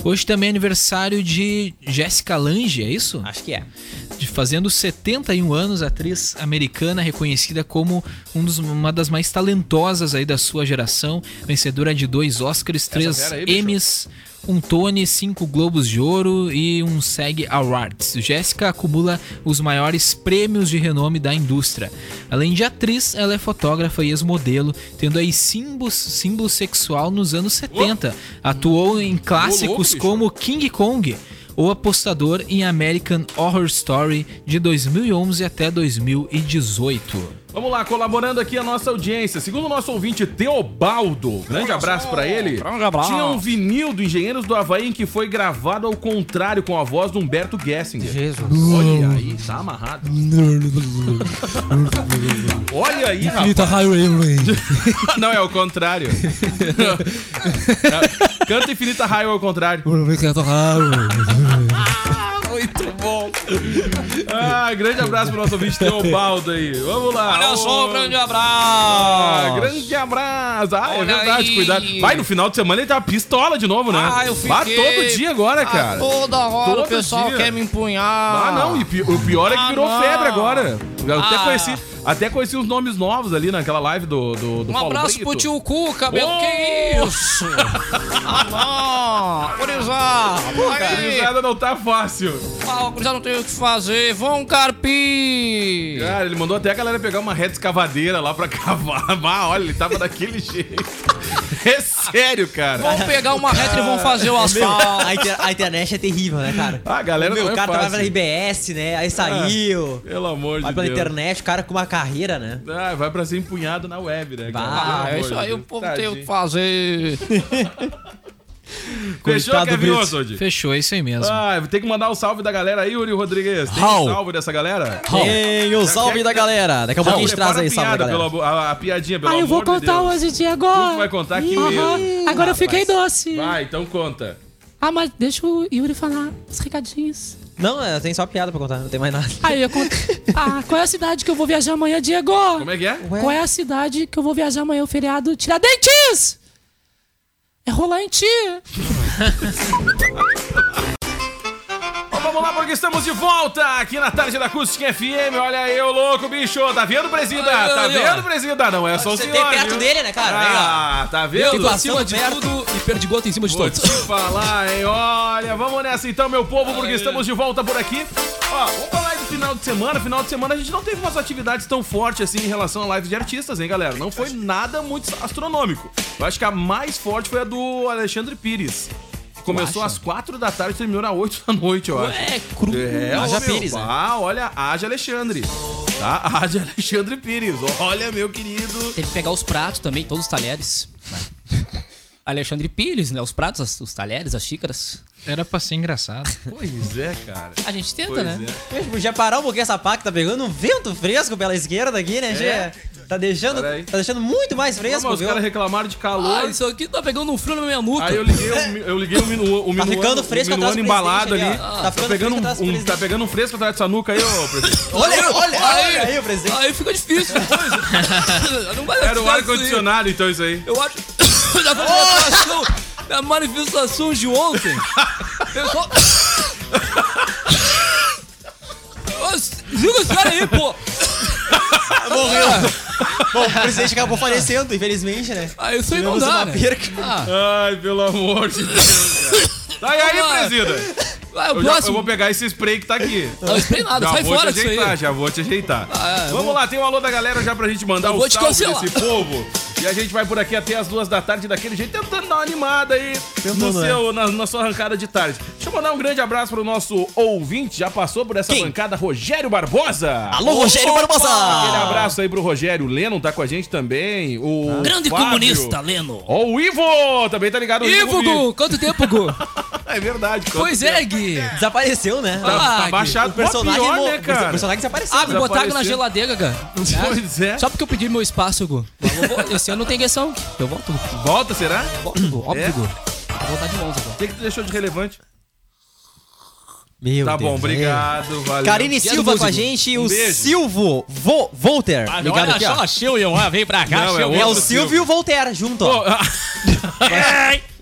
Hoje também é aniversário de Jessica Lange, é isso?
Acho que é.
de- fazendo 71 anos, atriz americana reconhecida como um dos- uma das mais talentosas aí da sua geração, vencedora de dois Oscars, três
fera aí, bicho.
Emmys, um Tony, cinco Globos de Ouro e um SAG Awards. Jéssica acumula os maiores prêmios de renome da indústria. Além de atriz, ela é fotógrafa e ex-modelo, tendo aí símbolo, símbolo sexual nos anos 70. Atuou em clássicos
bicho.
como King Kong, o apostador em American Horror Story de 2011 até 2018.
Vamos lá, colaborando aqui a nossa audiência. Segundo o nosso ouvinte Teobaldo, grande abraço pra ele. Tinha um vinil do Engenheiros do Havaí em que foi gravado ao contrário com a voz do Humberto Gessinger. Jesus. Olha aí, tá amarrado. Olha aí, rapaz. Não, é o contrário. Canta Infinita Raio ao contrário.
Muito bom.
Ah, grande abraço pro nosso ouvinte Teobaldo aí. Vamos lá.
Olha só,
Ô,
um grande abraço.
Ah, grande abraço. Ah, é
Olha
verdade,
aí.
cuidado. Vai, no final de semana ele tá pistola de novo, né?
Ah, eu fiquei.
Vai todo dia agora,
Ah,
cara.
toda hora
Todo
o pessoal
dia.
quer me empunhar.
Ah, não, e pi- o pior é que
Ah,
virou
não.
febre agora. Eu até
Ah.
conheci, até conheci os nomes novos ali naquela live do, do, do
Um
Paulo
abraço
Brito.
pro tio Cuca, meu.
Oh!
Que isso? ah, não. Curizar.
A gurizada não tá fácil.
Ah, Curizar não tem o que fazer. Vão, Carpi.
Cara, ele mandou até a galera pegar uma reta escavadeira lá pra cavar. Mas olha, ele tava daquele jeito. É sério, cara.
Vão pegar uma reta e vão fazer o
É
asfalto.
A, inter- a internet é terrível, né, cara?
Ah, a galera
Meu,
não é
o cara trabalha pra
fácil. É.
RBS, né? Aí saiu.
Pelo amor
vai
de
pela
Deus.
internet, o cara com uma carreira, né?
Ah, vai pra ser empunhado na web, né? cara?
Vai,
Pelo
Ah,
amor
isso
de
aí o
Deus.
povo tem o que
Tadinho.
fazer.
Fechou,
Coitado do
Kevin
Brito.
Oswald?
Fechou, é isso aí mesmo.
Ah, tem que mandar o salve da galera aí, Yuri Rodrigues. Tem
How?
um salve dessa galera?
Tem o salve da galera. Daqui a pouquinho a gente traz
Prepara
aí
a
salve da
piada,
galera.
pelo, amor- a, a piadinha, pelo
Ah, eu vou
amor de
contar
Deus.
hoje de
Tu
agora.
que vai contar aqui
Aham.
mesmo.
Hum, Agora eu fiquei doce.
Vai, então conta.
Ah, mas deixa o Yuri falar os recadinhos.
Não, é, tem só piada pra contar, não tem mais nada.
Aí eu conto. Ah, qual é a cidade que eu vou viajar amanhã, Diego?
Como é que é?
Qual é a cidade que eu vou viajar amanhã, o feriado? Tiradentes! É rolante!
Bom, Então vamos lá, porque estamos de volta aqui na tarde da Acústica FM. Olha eu, louco, bicho. Tá vendo, presida?
Ai, ai,
tá
ai,
vendo,
ó.
presida? Não é só o
Você
senhor,
tem perto
viu?
dele, né, cara? Aí, ó.
Ah, tá vendo?
Pico acima de
perto.
tudo e perdigota em cima de
Vou
todos.
te falar, hein? Olha, vamos nessa então, meu povo, porque estamos de volta por aqui. Ó, vamos falar aí do final de semana. Final de semana a gente não teve umas atividades tão fortes assim em relação a lives de artistas, hein, galera? Não foi nada muito astronômico. Eu acho que a mais forte foi a do Alexandre Pires. Começou às quatro da tarde e terminou às 8 da noite, eu acho.
É, cru.
É,
Haja
ó, meu,
Pires, né?
pá, olha, haja Alexandre. Tá? Haja Alexandre Pires. Olha, meu querido.
Teve que pegar os pratos também, todos os talheres. né? Alexandre Pires, né? Os pratos, as- os talheres, as xícaras.
Era pra ser engraçado.
Pois é, cara.
A gente tenta,
Pois
né?
é.
Podia parar um pouquinho essa pá que tá pegando um vento fresco pela esquerda aqui, né,
É.
Gê? Tá deixando,
Pera aí.
tá deixando muito mais
Não,
fresco,
mas os
viu?
caras reclamaram de calor.
Ah, isso aqui tá pegando um frio na minha nuca.
Aí eu liguei, o, mi- eu liguei o, minu, o
Tá
minuano,
ficando fresco
o
atrás
minuano
do
embalado ali.
presidente ali, ó. Tá
tá,
ficando
pegando
fresco atrás do
um, um, tá pegando um fresco atrás dessa nuca
presidente.
aí, ô presidente.
Olha, olha, olha aí o presidente.
presente. Aí fica difícil. depois. não vai
Tá
Era o ar
assim.
ficar isso aí.
condicionado então isso aí.
Eu acho. da manifestação, da manifestação de ontem. Eu só. Diga o cara aí, pô!
Morreu. Bom, o presidente acabou falecendo, infelizmente, né?
Ah, isso aí não
Tivemos
dá,
uma
né?
perca.
Ah,
Ai, pelo amor de Deus, cara. Tá e aí,
Vamos lá.
presida.
vai, o
Eu, já- eu
próximo.
vou pegar esse spray que tá aqui.
Não, espere nada,
Já
sai
vou
fora
te
disso aí.
ajeitar, já vou te ajeitar.
Ah, é,
Vamos lá, tem um alô da galera já pra gente mandar
Eu
o
vou te
salve
cancelar.
desse povo. E a gente vai por aqui até as duas da tarde daquele jeito, tentando dar uma animada aí no
né?
seu, na, na sua arrancada de tarde. Deixa eu mandar um grande abraço pro nosso ouvinte, já passou por essa
Quem?
bancada, Rogério Barbosa.
Alô, Rogério
Aquele
Barbosa!
abraço aí pro Rogério. O Lennon tá com a gente também. O
Grande
Fábio.
comunista, Leno.
Ó, o Ivo! Também tá ligado o
Ivo,
Bibi.
Gu, quanto tempo, Gu?
É verdade. quanto
pois é, Gui.
Desapareceu, né?
Tá, tá
Ah,
baixado.
O personagem,
Pô, pior,
mo- é
né, cara?
o personagem desapareceu.
Ah, me
né?
botaram na
Desapareceu.
geladeira, cara.
Pois é.
Só porque eu pedi meu espaço, Gu. Mas eu vou- Esse ano não tem questão. Eu volto, Gu.
Volta, será?
Volto, Gu. Óbvio,
É?
Gu. Vou voltar de mãos agora.
O que, que tu deixou de relevante?
Meu
tá bom,
Deus,
obrigado, valeu.
Karine
Dia do
Silva com a
músico.
gente, o
Um beijo.
Silvo Vo Volter. Ligado aqui, ó.
um
Silvio, ó, vem pra cá,
Não,
Silvio.
outro
É o Silvio e o Volter junto, ó.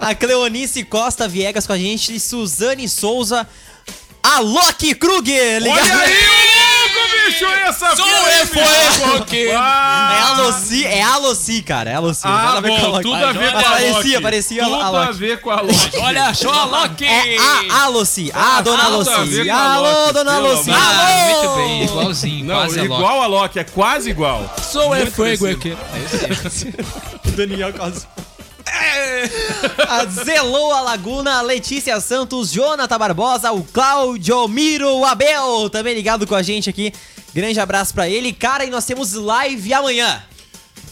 A Cleonice Costa Viegas com a gente, Suzane Souza, Alok Kruger, ligado?
Olha aí, ô louco, bicho, essa
Sou
fila aí,
eu, foi
meu.
eu, porque-
Ah,
É Aloci, é Aloci, cara, é Aloci. nada
Ah,
a ver com
bom,
Alok.
tudo a ver com a
Parecia,
Loki.
parecia a-
Tudo
a
a
Loki.
ver com a Loki.
Olha só, Loki.
É a Aloci, a
Ah, tudo
dona
a ver
Aloci.
com a
Alô,
Alok,
dona
pelo
Aloci.
amor
Ah,
Alô!
muito bem, igualzinho,
Não,
quase a Loki.
igual a Loki, é quase igual.
Sou é fuego
parecido.
aqui.
Daniel Carlos. É. A Zeloa Laguna, a Letícia Santos, Jonathan Barbosa, o Claudio Miro Abel, também ligado com a gente aqui. Grande abraço pra ele. Cara, e nós temos live amanhã.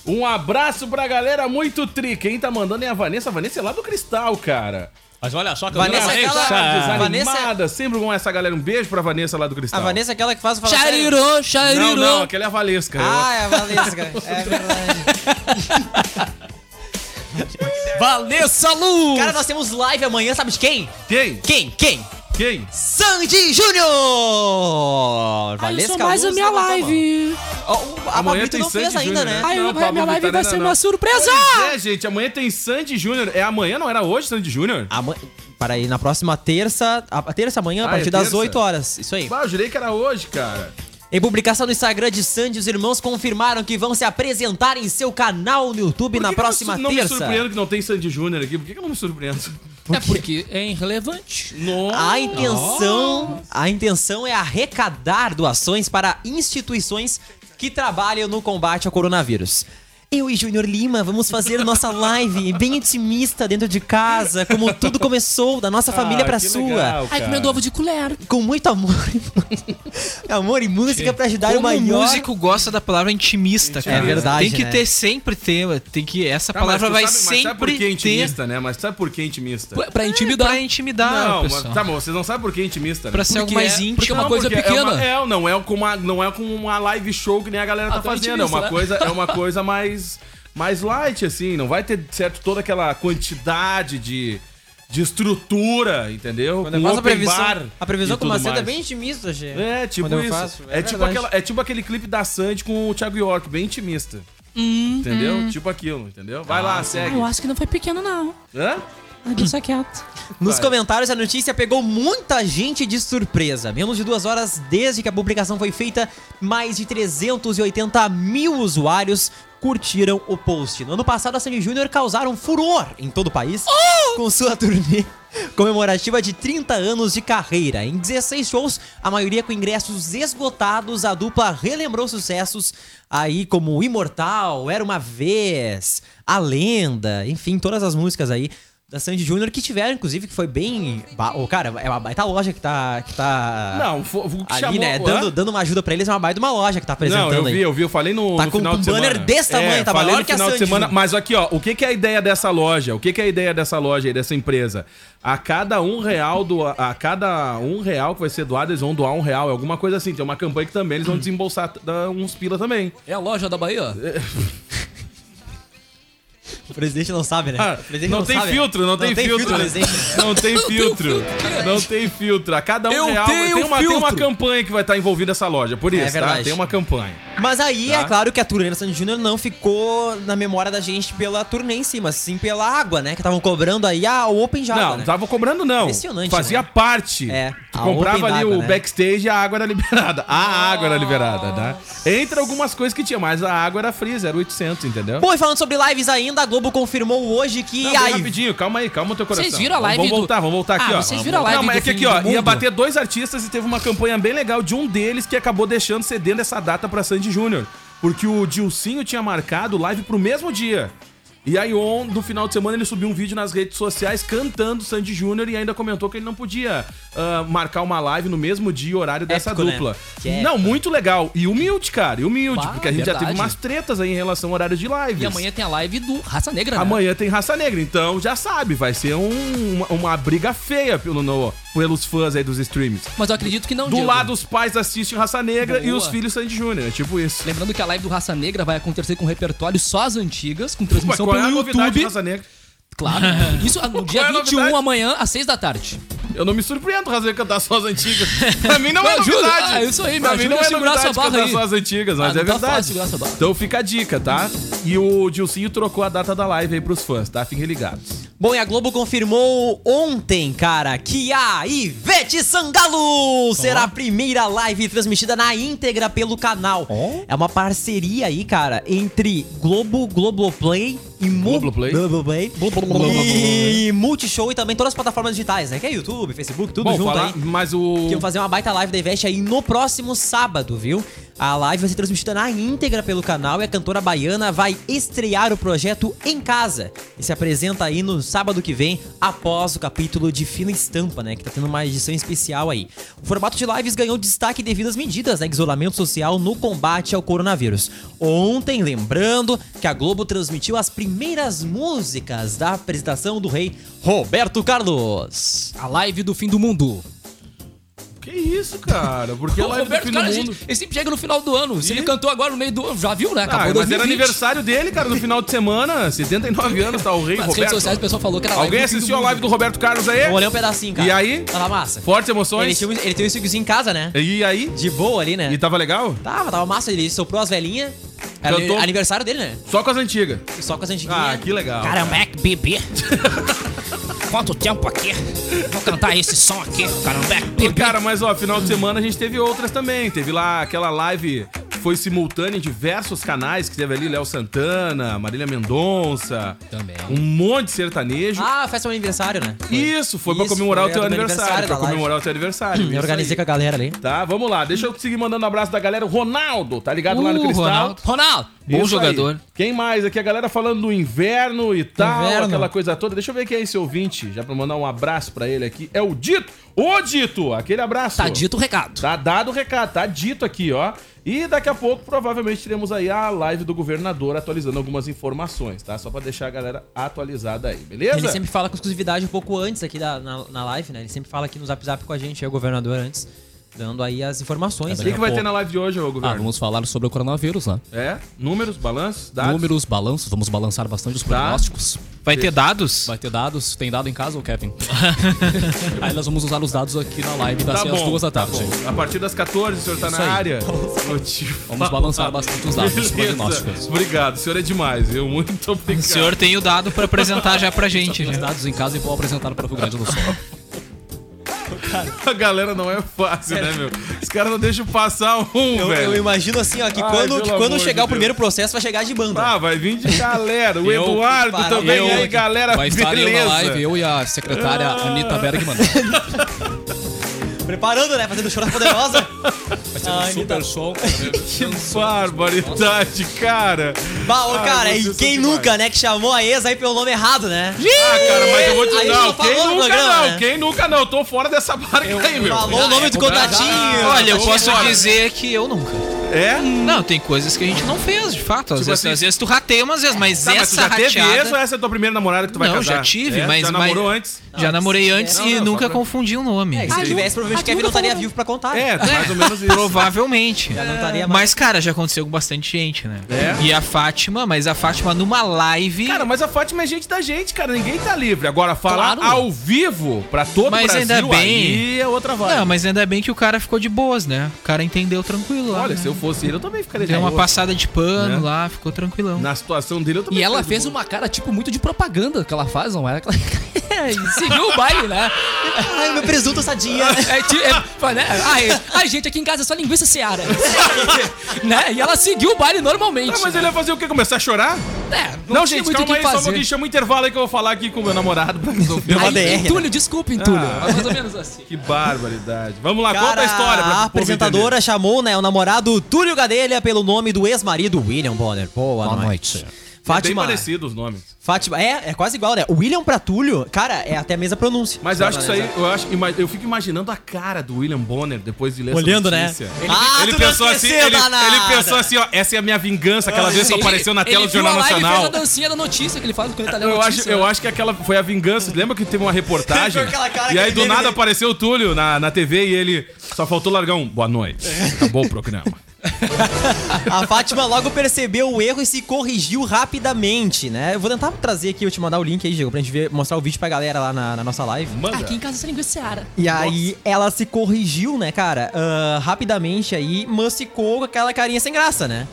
Um abraço pra galera muito tri. Quem tá mandando é a Vanessa. A Vanessa é lá do Cristal, cara.
Mas olha só que
Vanessa é aquela-
Tá
A Vanessa- é-
Desanimada, sempre com essa galera. Um beijo pra Vanessa lá do
A
Cristal.
Vanessa é aquela que faz o Fala Sério.
Charirô,
Não,
charirô.
não, aquela é a Valesca.
Ah, é a Vanessa, cara. É verdade.
Vanessa Luz.
Cara, nós temos live amanhã, sabe de quem?
Quem?
Quem? Quem?
Quem?
Sandy Júnior!
Ah, eu
Valesca
sou mais a
Luz,
minha
levanta a mão.
live.
Ó, o- a
Amanhã
Pablito
tem
não fez
Sandy
ainda,
Júnior,
né?
né?
Aí
Não,
a
Pablo
minha live
Vitarena,
vai ser
não.
uma surpresa!
Pois é, gente, amanhã tem Sandy Júnior. É amanhã, não era hoje, Sandy Júnior?
Aman- Para aí, na próxima terça, a a terça amanhã, a
Ah,
partir
é
das
terça?
8 horas. Isso aí.
Bah, eu jurei que era hoje, cara.
Em publicação no Instagram de Sandy, os irmãos confirmaram que vão se apresentar em seu canal no YouTube
Por
na
que que
próxima
eu não,
terça.
Não me surpreendo que não tem Sandy Júnior aqui. Por que, que eu não me surpreendo?
É porque é irrelevante.
Nossa.
A intenção, a intenção é arrecadar doações para instituições que trabalham no combate ao coronavírus. Eu e Júnior Lima vamos fazer nossa live bem intimista dentro de casa, como tudo começou, da nossa família
Ah,
pra
que
sua.
legal, Ai, cara. comendo ovo de colher.
Com muito amor. amor e música pra ajudar é
Como
o maior.
músico gosta da palavra intimista, cara.
É verdade,
Tem que
né?
ter sempre ter, tem que essa
Tá, mas
palavra
tu
vai
sabe- Mas
sempre
sabe por que
ter.
intimista, né? Mas sabe por que intimista?
Pra- pra intimidar. É, pra intimidar o
Não, mas
pessoal.
tá bom, vocês não sabem por que intimista, né?
Pra ser Porque algo mais é- íntimo.
Porque é uma
Não,
coisa
porque é
pequena.
uma-
É, não é com uma, não é com uma live show que nem a galera
Ah,
tá
então é
fazendo. É
intimista,
uma,
né?
coisa, é uma coisa mais, mais light, assim. Não vai ter, certo, toda aquela quantidade de... De estrutura, entendeu?
eu
Com
faço a
open
previsão-
bar
a previsão
e
com uma
tudo
cena
mais.
bem intimista, Gê.
É, tipo
Quando eu
isso.
faço,
é,
é
tipo
verdade.
aquela, é tipo aquele clipe da Sandy com o Thiago York, bem intimista. entendeu? Tipo aquilo, entendeu? Vai lá,
Ah,
segue.
eu acho que não foi pequeno, não.
Hã?
Ah, Deixa quieto.
Nos
Vai.
comentários, a notícia pegou muita gente de surpresa. Menos de duas horas desde que a publicação foi feita, mais de 380 mil usuários curtiram o post. No ano passado, a Sandy Júnior causaram furor em todo o país com sua turnê comemorativa de 30 anos de carreira. Em 16 shows, a maioria com ingressos esgotados, a dupla relembrou sucessos aí como Imortal, Era Uma Vez, A Lenda, enfim, todas as músicas aí da Sandy Júnior que tiveram, inclusive, que foi bem... ba- ô, cara, é uma baita loja que tá... Que tá
Não, fo- o que
ali,
chamou-
né?
hã?
Dando, dando uma ajuda pra eles, é uma baita de uma loja que tá apresentando
Não, eu
aí.
vi, eu vi, eu falei no,
Tá
no
com
final
um
de
banner
semana. É,
desse tamanho, tá
falei
maior
no
que a
final de
Sandy,
semana.
Júnior.
Mas aqui, ó, o que, que é a ideia dessa loja? O que, que é a ideia dessa loja e dessa empresa? A cada um real do, a cada um real que vai ser doado, eles vão doar um real, é alguma coisa assim. Tem uma campanha que também eles vão desembolsar t- dar uns pila também.
É a loja da Bahia?
O presidente não sabe, né?
Ah,
O presidente
não, tem
sabe.
filtro, não, tem, filtro, né?
presidente.
Não tem filtro. Não tem filtro. A cada um
Eu
real
tenho
tem, uma, tem uma
filtro.
campanha que vai estar envolvida essa loja. Por
É
isso, tá?
verdade.
Tem uma campanha.
Mas aí
Tá.
é claro que a turnê da Sandy Júnior não ficou na memória da gente pela turnê em si, mas sim pela água, né? Que estavam cobrando aí a Open Java.
não, tá.
né?
não tava cobrando, não.
Impressionante, né?
Fazia parte. É. Tu
a
comprava
open
ali
d'água,
o
né?
backstage e a água era liberada. A água era liberada, tá? Entre algumas coisas que tinha, mas a água era freezer, era 800, entendeu?
Bom, e falando sobre lives ainda, a Globo confirmou hoje que.
Não, bem rapidinho, calma aí, calma o teu coração.
Vocês viram a live
Vamos
do-
voltar, vamos voltar aqui,
Ah,
ó.
vocês viram a live
Não, mas
do
é que aqui,
fim
ó,
do
ia
mundo?
bater dois artistas e teve uma campanha bem legal de um deles que acabou deixando cedendo essa data pra Sandy Júnior. Porque o Dilcinho tinha marcado live pro mesmo dia. E aí, on, no final de semana, ele subiu um vídeo nas redes sociais cantando Sandy Júnior e ainda comentou que ele não podia ah, marcar uma live no mesmo dia e horário dessa
Épico, né?
dupla.
Que épico.
Não, muito legal. E humilde, cara, e humilde,
Bah,
porque a gente já teve
verdade.
umas tretas aí em relação ao horário de live.
E amanhã tem a live do Raça Negra, né?
Amanhã tem Raça Negra, então já sabe, vai ser um- uma, uma briga feia pelo, no- pelos fãs aí dos streams.
Mas eu acredito que não,
Do
Diego.
lado, os pais assistem Raça Negra e
Boa.
os filhos Sandy Júnior, é tipo isso.
Lembrando que a live do Raça Negra vai acontecer com repertório só as antigas, com transmissão
Mas qual é a
pelo
novidade
YouTube.
do Raça Negra?
Claro. Isso ah, no dia
Qual é a
21
novidade?
amanhã, às 6 da tarde.
Eu não me surpreendo Raça Negra cantar só as antigas. Pra mim não é
Me ajuda.
novidade.
Ah, isso aí, me
Pra mim
ajuda
não
a
é
segurar
novidade
essa barra
cantar
aí.
só as antigas, mas
Ah,
é
não tá
verdade.
fácil segurar essa barra.
Então fica a dica, tá? E o Dilcinho trocou a data da live aí pros fãs, tá? Fiquem ligados.
Bom, e a Globo confirmou ontem, cara, que a Ivete Sangalo será a primeira live transmitida na íntegra pelo canal. É uma parceria aí, cara, entre Globo, Globoplay e Mu-
Globoplay.
Globoplay e Multishow e também todas as plataformas digitais, né? Que é YouTube, Facebook, tudo
Bom,
junto
falar-
aí.
Mas o...
Que eu vou fazer uma baita live da Ivete aí no próximo sábado, viu? A live vai ser transmitida na íntegra pelo canal e a cantora baiana vai estrear o projeto em casa. E se apresenta aí no sábado que vem, após o capítulo de Fila Estampa, né? Que tá tendo uma edição especial aí. O formato de lives ganhou destaque devido às medidas, né? Isolamento social no combate ao coronavírus. Ontem, lembrando que a Globo transmitiu as primeiras músicas da apresentação do rei Roberto Carlos.
A live do fim do mundo.
Que isso, cara?
é
Porque a
Ô,
live
Roberto,
do fim
cara,
do
a gente-
mundo...
ele sempre chega no final do ano. Se ele cantou agora no meio do ano, já viu, né?
Ah,
Acabou
mas era
2020.
aniversário dele, cara, no final de semana. 79 anos, tá o rei
Nas redes
Roberto.
sociais o pessoal falou que era
Alguém
live do fim do
assistiu a
mundo.
live do Roberto Carlos aí?
Eu olhei um pedacinho, cara.
E aí?
Tava massa.
Fortes
Ele,
emoções?
tinha, um- ele tem um circuzinho em casa, né?
E aí?
De boa ali, né?
E tava legal?
Tava, tava massa. Ele soprou as velhinhas. Era
Então- Cantou?
aniversário dele, né?
Só com as antigas.
Só com as antiguinhas.
Ah, que legal.
é
Caramba, bebê. Quanto tempo aqui? Vou cantar esse som aqui, é caramba.
Ô, Cara, mas ó, final de semana a gente teve outras também. Teve lá aquela live que foi simultânea em diversos canais, que teve ali Léo Santana, Marília Mendonça.
Também.
Um monte de sertanejo.
Ah, festa de aniversário, né?
Isso, foi pra
Isso,
comemorar
foi
o teu
do meu
aniversário.
aniversário
Pra
da live.
comemorar o teu aniversário.
Eu
isso
organizei
aí.
com a galera ali.
Tá, vamos lá. Deixa eu seguir mandando um abraço da galera. O Ronaldo, tá ligado lá no
Uh,
Cristal?
Ronaldo. Ronaldo,
Bom
Isso aí.
jogador.
Quem mais aqui? A galera falando do inverno e tal,
Inverno.
aquela coisa toda. Deixa eu ver quem é esse ouvinte, já pra mandar um abraço pra ele aqui. É o Dito! Ô Dito! Aquele abraço. Tá dito
o recado.
Tá dado o recado, tá dito aqui, ó. E daqui a pouco, provavelmente, teremos aí a live do governador atualizando algumas informações, tá? Só pra deixar a galera atualizada aí, beleza?
Ele sempre fala com exclusividade um pouco antes aqui da, na, na live, né? Ele sempre fala aqui no Zap Zap com a gente, é o governador antes, dando aí as informações.
O que, que vai ter na live de hoje, ô
Ah,
governo?
Vamos falar sobre o coronavírus, né?
É? Números, balanços, dados? Tá.
Números, balanços, vamos balançar bastante os prognósticos.
Vai ter dados?
Vai ter dados. Tem dado em casa, ô Kevin? Aí nós vamos usar os dados aqui na live das
Tá
Assim, às
bom,
duas da
tá
tarde.
bom. A partir das 14, o senhor tá
Isso
na
aí.
área.
Vamos balançar bastante os dados, os
Beleza.
prognósticos.
Obrigado, o senhor é demais, viu? Muito obrigado.
O senhor tem o dado pra apresentar já pra gente. né?
Os dados em casa e vou apresentar para o Rio Grande do Sul.
A galera não é fácil, né, meu? Os caras não deixam passar um,
Eu,
velho.
eu imagino assim, ó, que
Ai,
quando,
pelo
que quando
amor
chegar
de
o primeiro processo vai chegar de banda.
Ah, vai vir de galera. O
Eu-
Eduardo
para,
também.
eu-
E aí, galera,
Vai estar eu na
beleza?
live, eu e a secretária Anitta Bergman.
Ah.
Preparando, né? Fazendo chorar poderosa.
Vai ser um
Ai, me
super show.
Que barbaridade, cara.
Bah, ô,
Ah,
cara,
vocês
e
são
quem
demais.
nunca, né, que chamou a ex aí pelo nome errado, né?
Ah, cara, mas eu vou
A
te
gente
dar.
não
Quem
falou no
nunca
programa,
não?
né?
Quem nunca não? Eu tô fora dessa barca aí, meu.
Ah, Falou o nome do contatinho.
Olha, eu
Tá
posso
chegando.
dizer que eu nunca.
É?
Não, tem coisas que a gente não fez, de fato. Às,
Tipo
vezes,
assim-
às vezes tu rateia umas vezes, mas
Tá, mas tu
essa
já teve
rateada...
ex ou essa é a tua primeira namorada que tu vai
não,
casar?
já tive,
É?
mas...
Já
mas-
namorou antes?
Já namorei antes
é? não,
e
não,
nunca
só pra-
confundi o nome.
É, se tivesse, provavelmente Kevin não estaria vivo pra contar.
É, mais ou menos isso.
Provavelmente.
não estaria mais.
Mas, cara, já aconteceu com bastante gente, né?
É?
E a Fátima, mas a Fátima numa live...
Cara, mas a Fátima é gente da gente, cara. Ninguém tá livre. Agora, falar
Claro.
ao vivo pra todo o
Mas
Brasil
ainda bem.
aí é outra vibe.
Não, mas ainda bem que o cara ficou de boas, né? O cara entendeu tranquilo lá.
Olha,
né?
se eu fosse ele, eu também ficaria de
Deu uma
boa.
passada de
Né?
pano lá, ficou tranquilão.
Na situação dele, eu também
E ela
ficaria
fez
um
de boa.
uma cara, tipo, muito de propaganda que ela faz, não era? Ela Seguiu o baile, né?
Ai, meu presunto sadia.
É, ti- é, foi, né? Ai, ai, gente, aqui em casa é só linguiça seara. né? E ela seguiu o baile normalmente.
Ah, mas
né?
ele ia fazer o quê? Começar a chorar?
É,
Não,
tinha
gente, calma aí, só um pouquinho. Chama o intervalo aí que eu vou falar aqui com o meu namorado pra resolver.
Deu uma
Aí,
DR.
Entulho, desculpa, entulho.
né? Ah.
Mas mais ou menos assim.
que barbaridade. Vamos lá, conta
Cara,
a história pra
a apresentadora chamou, né, o namorado Túlio Gadelha pelo nome do ex-marido William Bonner. Boa, noite.
Fátima. É Bem
Fátima.
parecidos os nomes.
Fátima. É, é quase igual, né? William pra Túlio, cara, é até a mesma pronúncia.
Mas eu acho que isso aí, eu, acho, ima- eu fico imaginando a cara do William Bonner depois de ler
Olhando, né?
notícia. Ele,
Ah,
ele
tu
pensou
não
assim,
esqueceu,
ele,
danada.
ele pensou assim, ó, essa é a minha vingança, aquela vez que
Ele-
apareceu na tela
Ah, ele
do Jornal
viu a live e
Nacional.
fez a dancinha da notícia que ele faz quando ele tá lendo
Eu
notícia.
acho, eu acho que aquela foi a vingança. Lembra que teve uma reportagem?
Foi aquela cara
e
que
aí
ele
do
teve,
nada
né?
apareceu o Túlio na, na TV e ele só faltou largar um boa noite. Acabou o programa.
A Fátima logo percebeu o erro e se corrigiu rapidamente, né? Eu vou tentar trazer aqui, eu te mandar o link aí, Diego, pra gente ver, mostrar o vídeo pra galera lá na, na nossa live.
Aqui em casa é só linguiça seara.
E aí ela se corrigiu, né, cara? Ah, rapidamente aí, mas ficou com aquela carinha sem graça, né?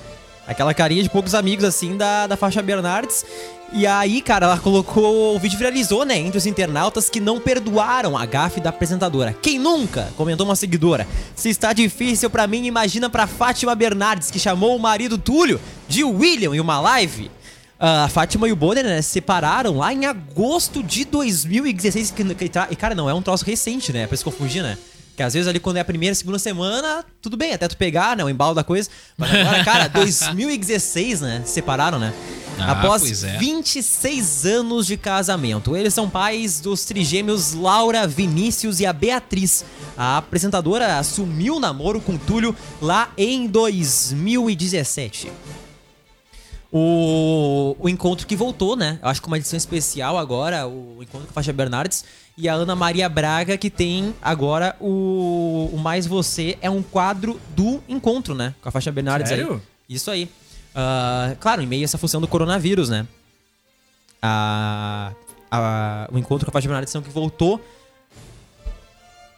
Aquela carinha de poucos amigos, assim, da, da faixa Bernardes. E aí, cara, ela colocou. O vídeo viralizou, né? Entre os internautas que não perdoaram a gafe da apresentadora. Quem nunca? Comentou uma seguidora. Se está difícil pra mim, imagina pra Fátima Bernardes, que chamou o marido Túlio de William em uma live. Ah, a Fátima e o Bonner né, se separaram lá em agosto de 2016. Que, que, tra- e, cara, não, é um troço recente, né? Pra se confundir, né? Que às vezes ali quando é a primeira, segunda semana, tudo bem, até tu pegar, né? O embalo da coisa. Mas agora, cara, 2016, né? se Separaram, né?
Ah,
Após
pois é.
26 anos de casamento. Eles são pais dos trigêmeos Laura, Vinícius e a Beatriz. A apresentadora assumiu o namoro com Túlio lá em 2017 o, o encontro que voltou, né? Eu acho que uma edição especial agora, o encontro com a Faixa Bernardes e a Ana Maria Braga, que tem agora o, o Mais Você é um quadro do encontro, né? Com a Faixa Bernardes aí.
Sério?
Isso aí. Ah, claro, em meio a essa função do coronavírus, né? A, a- o encontro com a Faixa Bernardes são que voltou.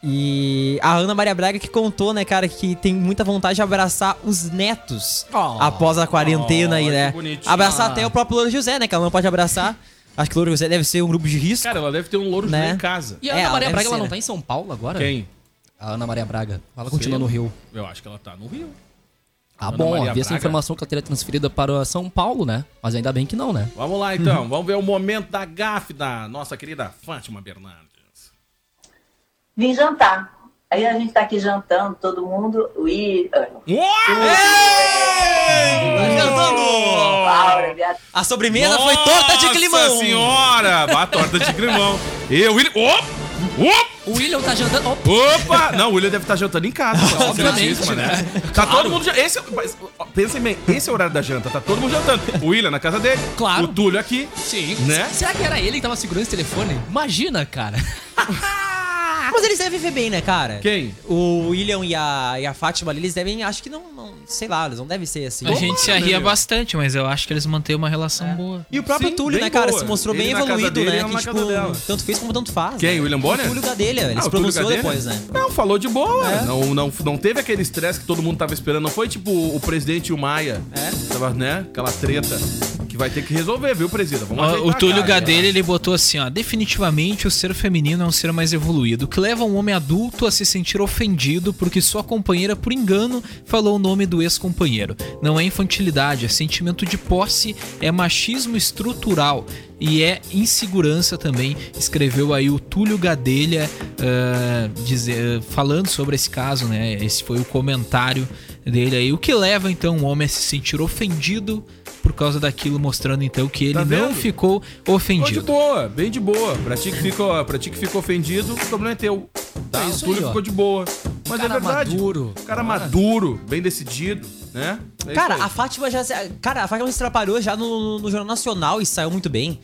E a Ana Maria Braga que contou, né, cara, que tem muita vontade de abraçar os netos
Oh.
após a quarentena aí,
Oh, que
né?
bonitinho.
Abraçar até o próprio Louro José, né? Que ela não pode abraçar. Acho que o Louro José deve ser um grupo de risco.
Cara, ela deve ter um louro
Né?
né? em casa.
E a
É,
Ana
ela
Maria
deve
Braga,
ser,
ela não
né?
tá em São Paulo agora?
Quem?
A Ana Maria Braga. Ela continua
Sei.
no Rio.
Eu acho que ela tá no Rio.
Ah,
Ana
bom,
Maria
havia essa
Braga.
informação que ela teria transferida para São Paulo, né? Mas ainda bem que não, né?
Vamos lá então, vamos ver o momento da gafe da nossa querida Fátima Bernardes.
Vim jantar. Aí a gente tá aqui jantando, todo mundo. E...
Ué!
Tá jantando!
obrigada.
A sobremesa foi torta de climão.
Nossa senhora! Bah, torta de climão. Eu, William... Op! Op!
O William tá jantando. Opa!
Opa! Não, o William deve estar jantando em casa. tá
Obviamente,
certíssima, né? Tá todo mundo... já- Esse, mas, ó, pensem bem, esse é o horário da janta. Tá todo mundo jantando. O William na casa dele. Claro. O Túlio aqui.
Sim.
Né?
Será que era ele que tava segurando esse telefone? Imagina, cara.
Mas eles devem viver bem, né, cara?
Quem?
O William e a, e a Fátima ali, eles devem, acho que não, não- sei lá, eles não devem ser assim.
A gente se arria bastante, mas eu acho que eles mantêm uma
É.
relação boa.
E o próprio
Sim,
Túlio,
bem
né, cara,
boa.
se mostrou
Ele
bem
na casa
evoluído,
dele,
é
né?
ela
Que,
na
tipo,
casa dela.
tanto fez como tanto faz.
Quem?
né?
O William Bonner?
O Túlio Gadelha, ele
Ah,
se
o Túlio
pronunciou
Gadelha?
depois, né?
Não, falou de boa. Não, não, não teve aquele estresse que todo mundo tava esperando. Não foi tipo o presidente e o Maia. É. Tava, né? Aquela treta que vai ter que resolver, viu, presida? Vamos
Ó,
ajeitar
Ah, o
a
Túlio
casa, né?
Gadelha, ele botou assim, ó, definitivamente o ser feminino é um ser mais evoluído, o que leva um homem adulto a se sentir ofendido porque sua companheira, por engano, falou o nome do ex-companheiro. Não é infantilidade, é sentimento de posse, é machismo estrutural e é insegurança também, escreveu aí o Túlio Gadelha ah, dizer- falando sobre esse caso, né? Esse foi o comentário dele aí. O que leva então o homem a se sentir ofendido por causa daquilo, mostrando então que ele
Tá
não
vendo?
ficou
Ficou de
ofendido.
boa, bem de boa. Pra ti que ficou, pra ti que ficou ofendido, o problema é teu. Tá,
É
o
isso
Túlio
aí, ó.
ficou de boa. Mas
Cara
é verdade.
maduro.
Cara
Ah.
maduro, bem decidido, né? É
Cara,
isso aí.
a Fátima já se, cara, a Fátima se atrapalhou já no, no Jornal Nacional e saiu muito bem.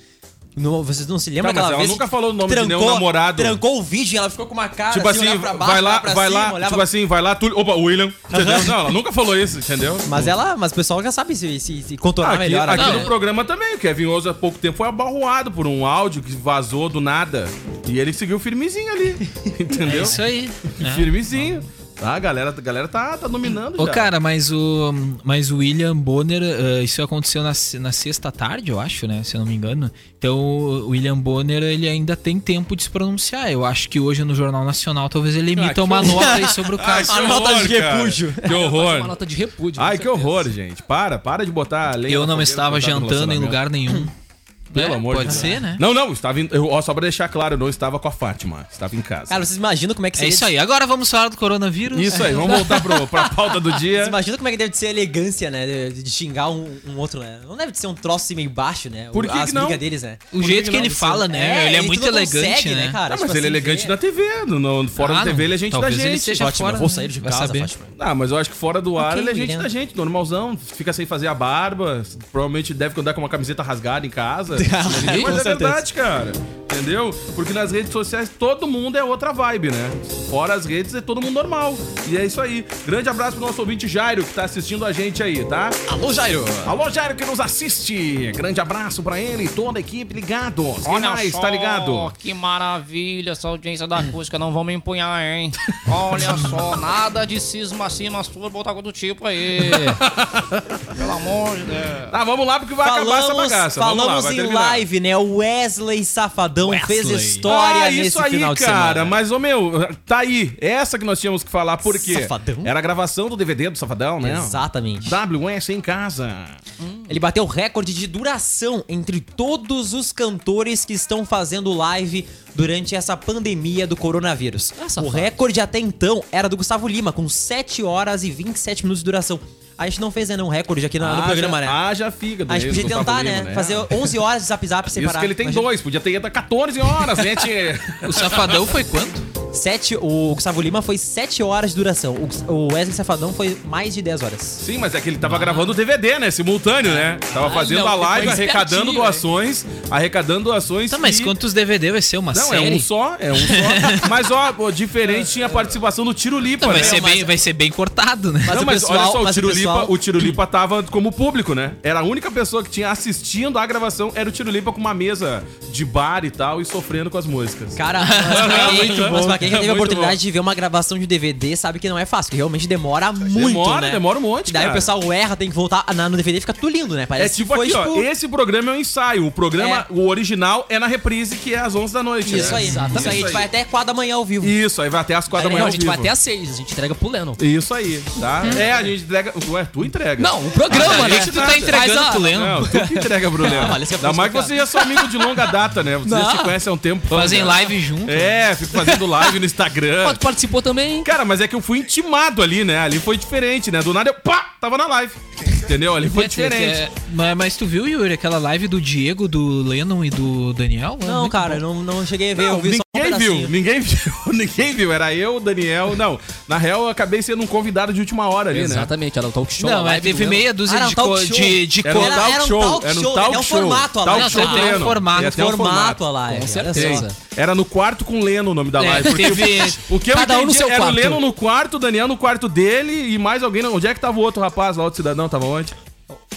Não, vocês não se lembram
Tá, mas
daquela
ela
vez?
nunca
que
falou o nome de nenhum namorado.
Trancou o vídeo e ela ficou com uma cara
Tipo assim,
olhava pra baixo,
vai lá,
olhava pra
vai
cima,
lá,
olhava
tipo assim, vai lá, Túlio. Opa, William. Entendeu? Não, ela nunca falou isso, entendeu?
Mas ela, mas o pessoal já sabe se, se, se contornar
Tá,
Tá,
aqui,
melhor.
aqui
né?
no programa também, o Kevin Oso há pouco tempo foi abarroado por um áudio que vazou do nada. E ele seguiu firmezinho ali. Entendeu?
É isso aí. né?
Firmezinho. Tá, a galera, a galera tá, tá dominando
Ô,
já.
cara, mas o, mas o William Bonner, eh, isso aconteceu na, se- na sexta tarde, eu acho, né? Se eu não me engano. Então, o William Bonner, ele ainda tem tempo de se pronunciar. Eu acho que hoje no Jornal Nacional, talvez
Ah,
ele emita uma nota aí sobre o caso.
Ai, Ah, que horror, cara. Que
Uma
horror.
nota de repúdio.
Ai, que horror, gente. Para, para de botar a lei.
Eu
na
não
fogueira,
estava
botar no
jantando em
relacionamento.
lugar nenhum.
Pelo
É,
amor
pode
de Deus.
ser, né?
Não, não, estava em, eu, ó, só pra deixar claro, eu não estava com a Fátima. Estava em casa.
Cara, vocês imaginam como é que
É
seria
isso aí. Agora vamos falar do coronavírus. Ah,
Isso aí, vamos voltar pro, pra pauta do
Vocês
dia.
imaginam como é que deve ser a elegância, né? De, de xingar um, um outro, né? Não deve ser um troço assim meio baixo, né?
Por que
As
que não?
brigas deles, né?
O jeito que ele
Assim,
fala, né? Ele é
tu
muito
não
elegante,
consegue,
né?
cara?
Ah, mas
Tipo
ele é
assim,
elegante
é-
na TV, no, no- fora
Ah,
da
não.
TV ele é gente
Talvez
da gente.
ele seja
Fátima,
fora,
eu vou
né?
sair de
Vai
casa,
saber.
Fátima.
Ah, mas eu acho que fora do ar
Ok,
ele é gente
William.
da gente, normalzão. Fica sem fazer a barba, provavelmente deve andar com uma camiseta rasgada em casa.
Sim, com
mas é
certeza.
verdade, cara. Entendeu? Porque nas redes sociais todo mundo é outra vibe, né? Fora as redes é todo mundo normal. E é isso aí. Grande abraço pro nosso ouvinte Jairo, que tá assistindo a gente aí, tá?
Alô, Jairo!
Alô, Jairo, que nos assiste. Grande abraço pra ele e toda a equipe ligados. Quem mais tá ligado?
Que maravilha, essa audiência da acústica não vão me empunhar, hein? Olha só, nada de cisma assim, masturba ou do tipo aí. Pelo amor de
Né?
Deus.
Ah, vamos lá, porque vai acabar essa bagaça. Vamos lá,
falamos
vai
em
terminar.
live, né? O Wesley Safadão fez história
ah,
nesse
isso aí,
final de
cara.
semana.
Mas, ô meu, tá aí. Essa que nós tínhamos que falar, por quê?
Safadão.
Era a gravação do DVD do Safadão, né?
Exatamente.
WS em casa.
Ele bateu o recorde de duração entre todos os cantores que estão fazendo live durante essa pandemia do coronavírus. o recorde até então era do Gustavo Lima, com 7 horas e 27 minutos de duração. A gente não fez ainda um recorde aqui
Ah,
na- no programa, né?
Haja fígado.
A gente
mesmo,
podia
Gustavo
tentar,
Lima,
né? Fazer 11 horas de zap zap separado.
Isso que ele tem
Imagina.
dois. Podia ter ido a 14 horas, né, tchê?
O Safadão foi quanto?
Sete, o Gustavo Lima foi 7 horas de duração. O Gus- O Wesley Safadão foi mais de 10 horas.
Sim, mas é que ele tava gravando o DVD, né? Simultâneo, né?
Ah,
Tava fazendo
não,
a live,
foi espertinho,
arrecadando
hein?
doações, arrecadando doações.
Tá, mas
e-
quantos DVD vai ser? Uma
Não,
série?
é um só, é um só. mas, ó, pô, diferente tinha a participação do Tiro Lipa,
Não, vai,
né?
ser bem, vai ser bem cortado, né?
Mas
não,
o
mas
pessoal-
olha só, o
mas o
Tiro,
pessoal-
Lipa, o Tiro Lipa tava como público, né? Era a única pessoa que tinha assistindo à gravação, era o Tiro Lipa com uma mesa de bar e tal, e sofrendo com as músicas.
Cara, mas pra
É Muito bom. é
quem, mas pra quem já teve a
Muito
oportunidade
bom.
de ver uma gravação de um DVD, sabe que não é fácil, que realmente demora muito,
demora,
né?
demora um monte,
E daí
cara.
o pessoal erra, tem que voltar na- no DVD, fica tudo lindo, né?
É
Parece
tipo
que foi,
aqui, ó.
tipo...
Esse programa é um ensaio. O programa, o original, é na reprise, que é às 11 da noite.
Isso
né?
aí, isso aí, a gente vai até 4 da manhã ao vivo.
Isso, aí vai até às 4 da manhã.
Não, a
ao
gente vai
vivo.
até às seis, a gente entrega pro Leno.
Isso aí, tá? É, a gente entrega. Ué, tu entrega.
Não, o programa,
Ah,
né?
a gente
Mas,
tá
entregando
ó,
pro Leno.
Não, tu que entrega, Bruno.
Ah, olha, isso é
Ainda mais que
complicado.
vocês já são amigos de longa data, né? Vocês
Não.
se conhecem há um tempo.
Fazem
né?
live junto.
É, fico fazendo live no Instagram.
ó, tu participou também.
Cara, mas é que eu fui intimado ali, né? Ali foi diferente, né? Do nada eu, pá, tava na live. Entendeu? Ali foi diferente.
Mas, mas tu viu, Yuri, aquela live do Diego, do Lennon e do Daniel? É
Não,
muito
cara,
bom.
não, não cheguei a ver.
Não,
eu vi só um
ninguém
pedacinho.
viu, ninguém viu, ninguém viu. Era eu, o Daniel. Não, na real eu acabei sendo um convidado de última hora ali, né?
Exatamente, era o talk show.
Não, mas teve
é
meia
Ah,
dúzia de co- de- de
Era um
co-
talk show, era um talk
até um
show.
formato a
Talk
live.
show
Não, tem um
Lennon.
formato,
Tem até um
formato a live,
Com
olha
certeza.
só.
Era no quarto com o Leno o nome da
É,
live. porque
teve-
o, o que eu
cada um no
entendi
seu
era
quarto.
o Leno no quarto, o Daniel no quarto dele e mais alguém. Onde é que tava o outro rapaz lá, outro cidadão? Tava onde?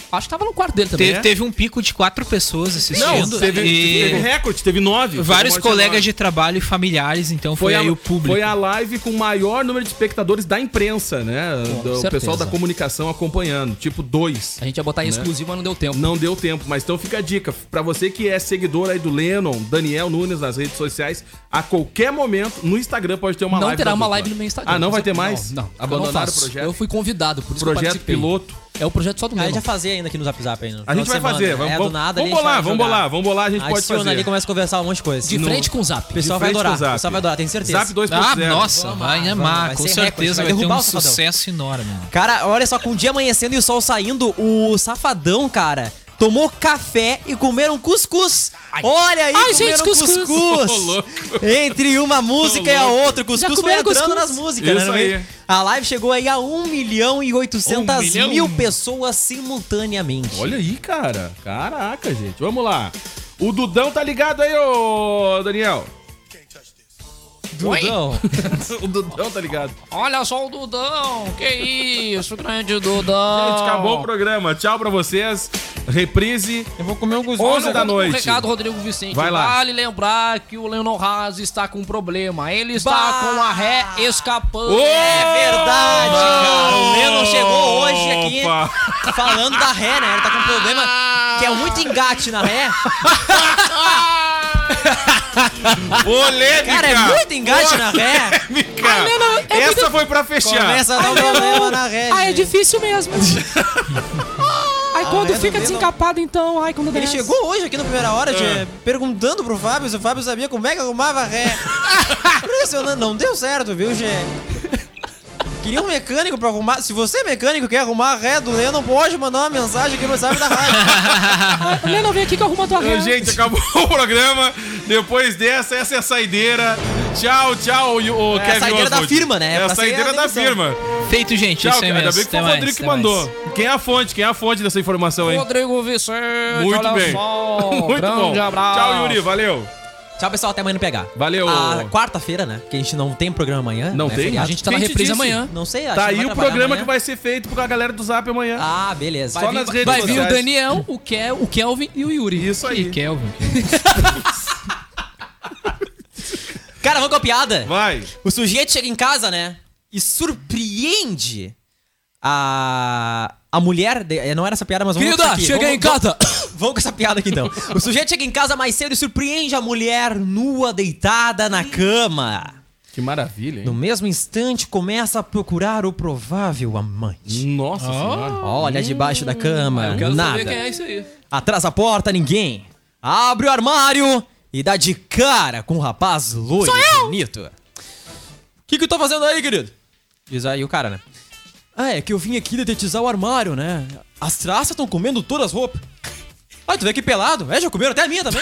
Acho que tava no quarto dele também.
é.
Teve, teve um pico de quatro pessoas assistindo.
Não, teve,
e
teve recorde, teve nove.
vários
Teve morte
colegas
enorme.
de trabalho e familiares, então foi,
Foi a,
aí o público.
foi a live com o maior número de espectadores da imprensa, né? Do- o
certeza.
pessoal da comunicação acompanhando, tipo dois.
A gente ia botar em
Né?
exclusivo, mas não deu tempo.
Não deu tempo, mas então fica a dica. Pra você que é seguidor aí do Lennon, Daniel Nunes nas redes sociais, a qualquer momento, no Instagram pode ter uma
não
live.
terá
da
uma
dupla.
live no meu Instagram.
Ah, não, vai ter
Não,
mais?
Não, porque eu não
Abandonaram o
faço.
projeto?
Eu fui convidado, por isso que eu
Projeto
participei.
piloto.
É o projeto só do
A
meu.
gente vai fazer ainda aqui no Zap Zap ainda.
A gente vai fazer, vamos-
É,
vamos- vamos bolar, vamos bolar, vamos bolar, a gente pode
Adiciona
fazer.
ali e começa a conversar um monte de coisa.
De
No-
frente com o Zap.
O pessoal vai
frente com
adorar,
o Zap.
o pessoal vai adorar, tenho certeza.
Zap 2.0.
Ah, nossa, vai amar,
vai
com
ser
certeza
recorde, vai
vai ter
derrubar
um
o Safadão.
sucesso enorme.
Cara, olha só, com o dia amanhecendo e o sol saindo, o Safadão, cara, tomou café e comeram cuscuz. Olha aí,
Ai,
comeram
gente, cuscuz.
Ô, louco.
Entre uma música e a outra, o
Já
cuscuz foi
comeram cuscuz?
entrando nas músicas.
Isso
né?
aí.
A live chegou aí a 1 milhão e 800
Um milhão?
mil pessoas simultaneamente.
Olha aí, cara. Caraca, gente. Vamos lá. O Dudão tá ligado aí, ô Daniel.
Oi?
Dudão.
o Dudão tá ligado.
Olha só o Dudão. Que isso, grande
Gente,
Dudão.
Oh.
acabou o programa. Tchau pra vocês. Reprise.
Eu vou comer um guscuz.
né?
11 da
Um
noite.
recado, Rodrigo Vicente.
Vai lá.
Vale lembrar que o Leonor Haas está com um problema. Ele está
Bah!
com a ré escapando.
Ô!
É verdade, cara. O Lennon chegou hoje aqui
Opa.
falando da ré, né? Ele tá com um problema que é muito engate na ré.
Polêmica.
Cara, é muito engate na ré.
Polêmica.
Ah, não, não, é
Essa foi pra fechar.
Começa a dar um problema na ré.
Ah, é
gente.
difícil mesmo. Aí quando fica
é, não vê, não.
desencapado, então, ai, quando
Ele
desce.
chegou hoje aqui na primeira hora, tchê, perguntando pro Fábio se o Fábio sabia como é que arrumava ré. Impressionante, não deu certo, viu, Gê? Queria um mecânico pra arrumar. Se você é mecânico e quer arrumar a ré do Lennon, pode mandar uma mensagem aqui no Sábio da Rádio.
Ah, Lena, vem aqui que eu arrumo a tua
Então,
ré.
gente, acabou o programa. Depois dessa, essa é a saideira. Tchau, tchau, o,
É a saideira da firma, né?
É a
Pra ser
saideira
a
da
demissão.
firma.
Feito, gente.
Tchau,
isso aí
cara. Ainda
mesmo.
bem que foi o
Até
Rodrigo
mais,
que
até
mandou.
mais.
Quem é a fonte? Quem é a fonte dessa informação aí?
Rodrigo Vicente.
Muito
olha
bem.
Só.
Muito
grande
bom.
abraço.
Tchau, Yuri. Valeu.
Tchau, pessoal, até amanhã no PH.
Valeu.
A quarta-feira, né? Porque a gente não tem programa amanhã.
Não
né?
tem?
Feriado.
A gente tá na
Quem te
reprise
disse?
amanhã.
Não sei, acho
Tá
que
aí
não
o
vai
programa
trabalhar
que vai ser feito com a galera do Zap amanhã.
amanhã. Ah, beleza.
Só
Vai
nas
vir-
redes
Vai vir o
sociais.
Daniel, o, Kel, o Kelvin e o Yuri.
Isso aí.
E Kelvin.
Cara, vamos com a piada.
Vai.
O sujeito chega em casa, né? E surpreende a. A mulher. de- eh, Não era essa piada, mas vamos
Querida,
aqui.
cheguei em
Vamos- vamos-
casa.
Vamos com essa piada aqui então. O sujeito chega em casa mais cedo e surpreende a mulher nua deitada na cama.
Que maravilha,
No mesmo instante, começa a procurar o provável amante.
Nossa senhora.
Olha debaixo da cama,
Eu quero
nada.
saber quem é isso aí.
Atrás da porta, ninguém. Abre o armário e dá de cara com o rapaz loiro e bonito. O que, que tu tá fazendo aí, querido? Diz aí o cara, né? Ah, é que eu vim aqui detetizar o armário, né? As traças estão comendo todas as roupas. Ah, tu veio aqui pelado? É, já comeram até a minha também.